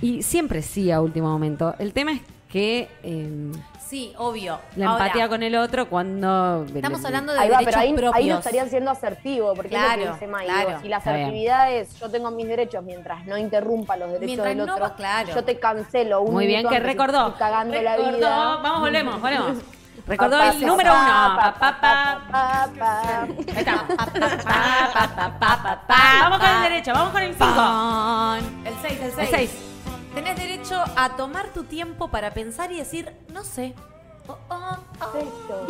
y siempre sí a último momento. El tema es que eh, Sí, obvio. la Ahora, empatía con el otro cuando... Estamos hablando de Ahí va, derechos pero ahí, propios. ahí no estarían siendo asertivos, porque es lo Claro, que dice May. claro. digo, si la Está bien. asertividad es, yo tengo mis derechos mientras no interrumpa los derechos Mientras del no, otro, claro. yo te cancelo un Muy bien minuto que antes y recordó. estoy cagando la Recordó. vida. Vamos, volvemos, [LAUGHS] volvemos. Recordó Pa, pa, el pa, número pa, uno. pa, Pa, pa, pa. pa, pa, [LAUGHS] pa. Ahí [LAUGHS] estamos. Pa, pa, pa, pa, pa, pa. Vamos con el derecho, vamos con el cinco. El 6, el 6. El seis. Tenés derecho a tomar tu tiempo para pensar y decir, no sé. Oh, oh, oh. Perfecto.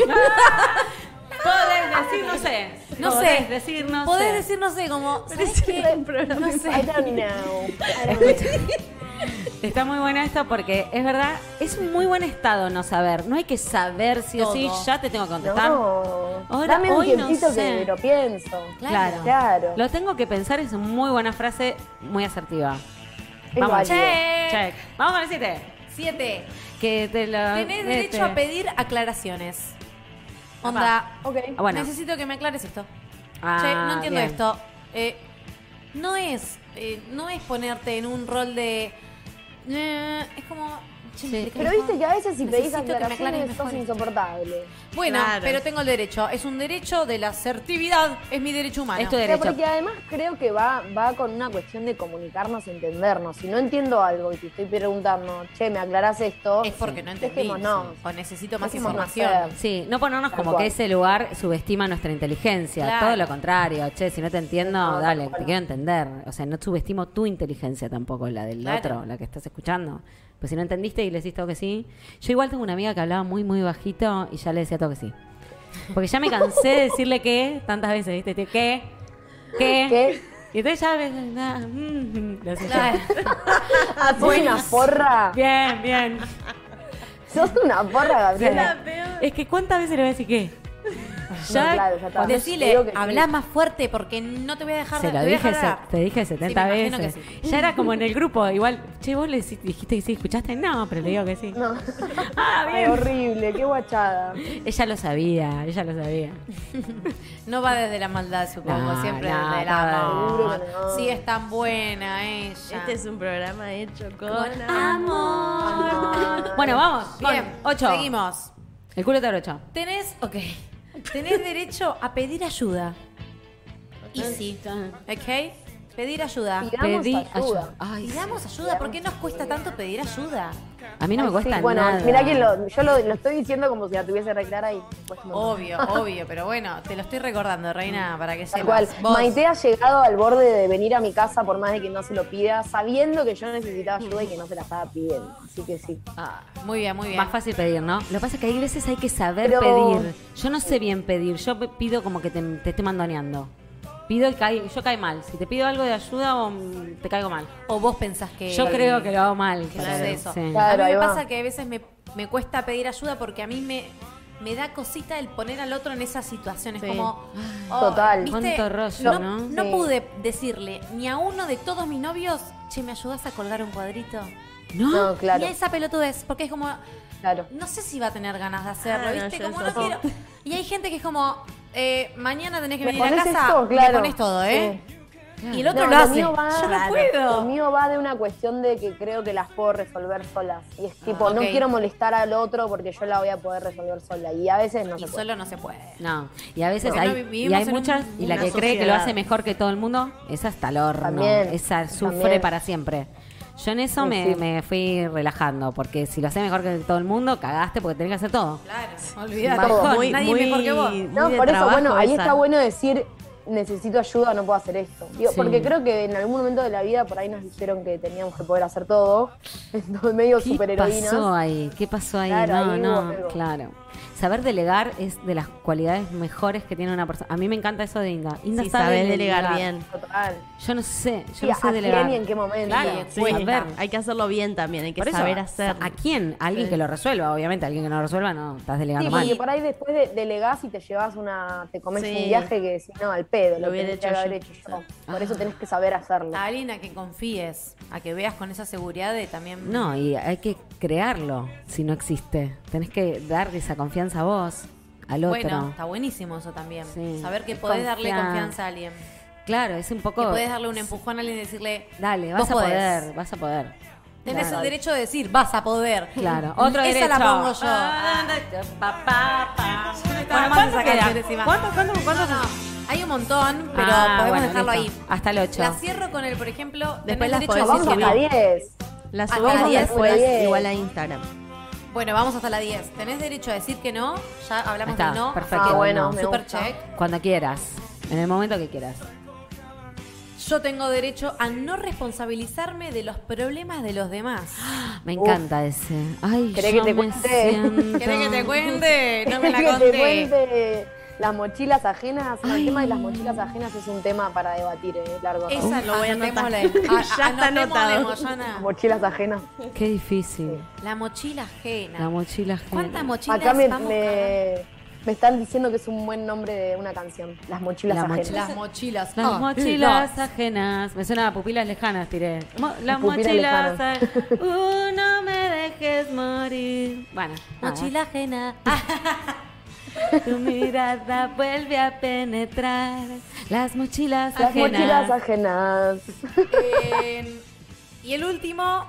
Podés decir, no sé. No Podés sé. decir, no Podés sé. decir, no sé, como. ¿sabés Parece qué? un programa No I sé. don't know. I don't know. Está muy buena esta porque es verdad, es un muy buen estado no saber. No hay que saber si o sí, Todo. ya te tengo que contestar. No. Ahora, Dame un hoy no tiempito que sé. me lo pienso. Claro. Claro. Lo tengo que pensar, es una muy buena frase, muy asertiva. Es Vamos, válido. Che. check. Vamos con el 7. 7. Eh. Que te lo. Tenés derecho este. a pedir aclaraciones. Onda, Ok. Ah, bueno. necesito que me aclares esto. Ah, che, no entiendo bien. esto. Eh, no es eh, no es ponerte en un rol de. eh, es como. che, me explicás Pero mejor. viste que a veces si pedís Necesito que me aclares aclaraciones sos mejor. insoportable. Bueno, Claro. pero tengo el derecho. Es un derecho de la asertividad. Es mi derecho humano. Es tu Pero derecho. porque además creo que va, va con una cuestión de comunicarnos, entendernos. Si no entiendo algo y te estoy preguntando, che, ¿me aclarás esto? Es porque no entendí. Dejémonos. O necesito más Dejémonos información. ser. Sí, no ponernos Tal como cual. que ese lugar subestima nuestra inteligencia. Claro. Todo lo contrario. Che, si no te entiendo, No, tal dale, te cual. quiero entender. O sea, no subestimo tu inteligencia tampoco, la del Claro. otro, la que estás escuchando. Pues si no entendiste y le decís todo que sí. Yo igual tengo una amiga que hablaba muy, muy bajito y ya le decía todo que sí. Porque ya me cansé de decirle que tantas veces, ¿viste? Te- ¿Qué? ¿Qué? [LAUGHS] ¿Qué? Y entonces ya. ah, mm, lo hacía yo. Claro. ¿Sos una porra? Ah, Bien, bien. ¿Sos una porra, Gabriela? La peor. Es que ¿cuántas veces le voy a decir qué? No, Ya claro, ya está. Te Decile, digo que sí. habla más fuerte porque no te voy a dejar Se de- lo te voy a dije, dejar se- hablar. te dije Sí, me 70 imagino veces. que sí. Ya era como en el grupo, igual, che, vos le dij- dijiste que sí, ¿escuchaste? No, pero le digo que sí. No. Ah, Ay, bien. horrible, qué guachada. Ella lo sabía, ella lo sabía. No va desde la maldad, supongo. No, Siempre no, desde el está amor. bien. Seguro que no. Sí, es tan buena ella. Este es un programa hecho con Con Amor. Bueno, vamos. Bien, Bien, 8. Seguimos. El culo te abrochó. Tenés, ok. Tenés derecho a pedir ayuda. Easy. ¿Ok? Pedir ayuda. Pidamos Pedí ayuda. Ay, sí. Pidamos ayuda. ¿Por qué nos cuesta tanto pedir ayuda? A mí no me cuesta bueno, nada. mirá que lo- yo lo, lo estoy diciendo como si la tuviese reclara y pues, [LAUGHS] no. Obvio, obvio, pero bueno, te lo estoy recordando, Reina, para que Tal sepas. cual. Vos, Maite ha llegado al borde de venir a mi casa por más de que no se lo pida, sabiendo que yo necesitaba ayuda y que no se la estaba pidiendo. Así que sí. Ah, Muy bien, muy bien. Más fácil pedir, ¿no? Lo que pasa es que hay veces hay que saber Pero- pedir. Yo no sé bien pedir. Yo pe- pido como que te, te esté mandoneando. Pido y cae, yo caigo mal. Si te pido algo de ayuda, o, mm, te caigo mal. O vos pensás Eh, que. Yo creo que lo hago mal. que pero haces eso. sí. Claro, a mí ahí me va. pasa que a veces me, me cuesta pedir ayuda porque a mí me, me da cosita el poner al otro en esas situaciones. Sí. Como. oh, Ah, Total. ¿viste? Cuánto rollo, ¿no? No Sí. pude decirle ni a uno de todos mis novios, che, ¿me ayudás a colgar un cuadrito? ¿No? No, claro, Y a esa pelotudez, porque es como. claro. No sé si va a tener ganas de hacerlo, Ah, no, ¿viste? yo como no eso quiero. Y hay gente que es como, eh, mañana tenés que ¿Me venir a pones casa, esto? me Claro. pones todo, ¿eh? Y el No, otro lo, lo hace. mío va- Yo no claro. Lo puedo. mío va de una cuestión de que creo que las puedo resolver solas. Y es tipo, Ah, ok. no quiero molestar al otro porque yo la voy a poder resolver sola. Y a veces no Y se puede. solo no se puede. No. Y a veces Porque no hay, vivimos y hay en un- muchas, y la una que cree que lo sociedad. hace mejor que todo el mundo, esa está al horno. También, esa sufre también. para siempre. Yo en eso Sí, me, sí. me fui relajando, porque si lo haces mejor que todo el mundo, cagaste porque tenés que hacer todo. Claro, olvídate. Todo. Mejor, Muy- Nadie muy- mejor que vos. No, muy de por eso, trabajo bueno, ahí esa. está bueno decir, necesito ayuda, no puedo hacer esto. Digo, Sí. Porque creo que en algún momento de la vida por ahí nos dijeron que teníamos que poder hacer todo. [LAUGHS] Entonces, medio ¿Qué superheroínas. pasó ahí? ¿Qué pasó ahí? Claro, no, ahí no, hubo algo. claro. Saber delegar es de las cualidades mejores que tiene una persona. A mí me encanta eso de Inda. Inda Si sabe sabes delegar bien. Total. Yo no sé, yo Sí, no ¿a sé quién delegar. y en qué momento? Claro. Sí, Cuesta. a ver, hay que hacerlo bien también, hay que Por eso, saber hacer. ¿A quién? A alguien que lo resuelva, obviamente. A alguien que no lo resuelva, no, estás delegando Sí, mal. porque por ahí después de- delegás y te llevas una. te comes Sí. un viaje que si no, al pedo, Lo lo, hubiera hubiera hecho, hecho haber yo. hecho yo. Por eso tenés que saber hacerlo. A alguien a que confíes, a que veas con esa seguridad de también. No, y hay que crearlo si no existe. Tenés que darle esa confianza a vos, al otro. Bueno, está buenísimo eso también. Sí. Saber que podés darle Confiar. confianza a alguien. Claro, es un Que poco. podés darle un empujón a alguien y decirle. Dale, "Vos vas a podés". poder, vas a poder. Tenés Claro. el derecho de decir, vas a poder. [LAUGHS] Claro, Esa otro derecho. la pongo yo. Ah, pa, pa, pa. Bueno, vamos a ¿Cuánto sacar queda? el encima. ¿Cuánto, cuánto, cuánto? No, hay un montón, pero Ah, podemos bueno, dejarlo listo. ahí. Hasta el 8. La cierro con el, por ejemplo, tenés Después las derecho podés a Vamos decir que hasta no. 10. La Hasta subamos la diez, después diez. igual a Instagram. Bueno, vamos hasta la 10. Tenés derecho a decir que no. Ya hablamos Está, de no. perfecto. Ah, bueno, No. me Super gusta. check. Cuando quieras. En el momento que quieras. Yo tengo derecho a no responsabilizarme de los problemas de los demás. Me encanta ese. Ay, ¿Querés yo que te me cuente? [GASPS] siento- ¿Querés que te cuente? No me [LAUGHS] [LAUGHS] la que te conté. cuente las mochilas ajenas. Ay. El tema de las mochilas ajenas es un tema para debatir, eh, largo. rato. Esa lo voy a anotémosle. anotar. A- Ya está anotémosle, anotado. Moyana. Mochilas ajenas. Qué difícil. La mochila ajena. La mochila ajena. ¿Cuántas mochilas Acá me, vamos cargando? me, me están diciendo que es un buen nombre de una canción. Las mochilas Las ajenas. Las mochilas. Las Ah, mochilas las. ajenas. Me suena a pupilas lejanas, tiré. Mo- las Pupilas mochilas lejanas. ajenas. no me dejes morir. Bueno, Ah. nada. Mochila ajena. Ah, Tu mirada vuelve a penetrar. Las mochilas Las ajenas. mochilas ajenas. Eh, y el último,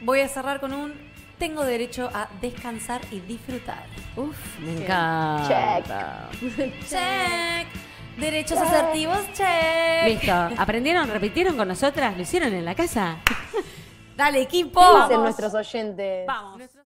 voy a cerrar con un tengo derecho a descansar y disfrutar. Uf, me encanta. Check. Derechos asertivos, check. Listo. ¿Aprendieron? ¿Repitieron con nosotras? ¿Lo hicieron en la casa? Dale, equipo. ¿Qué dicen nuestros oyentes? Vamos.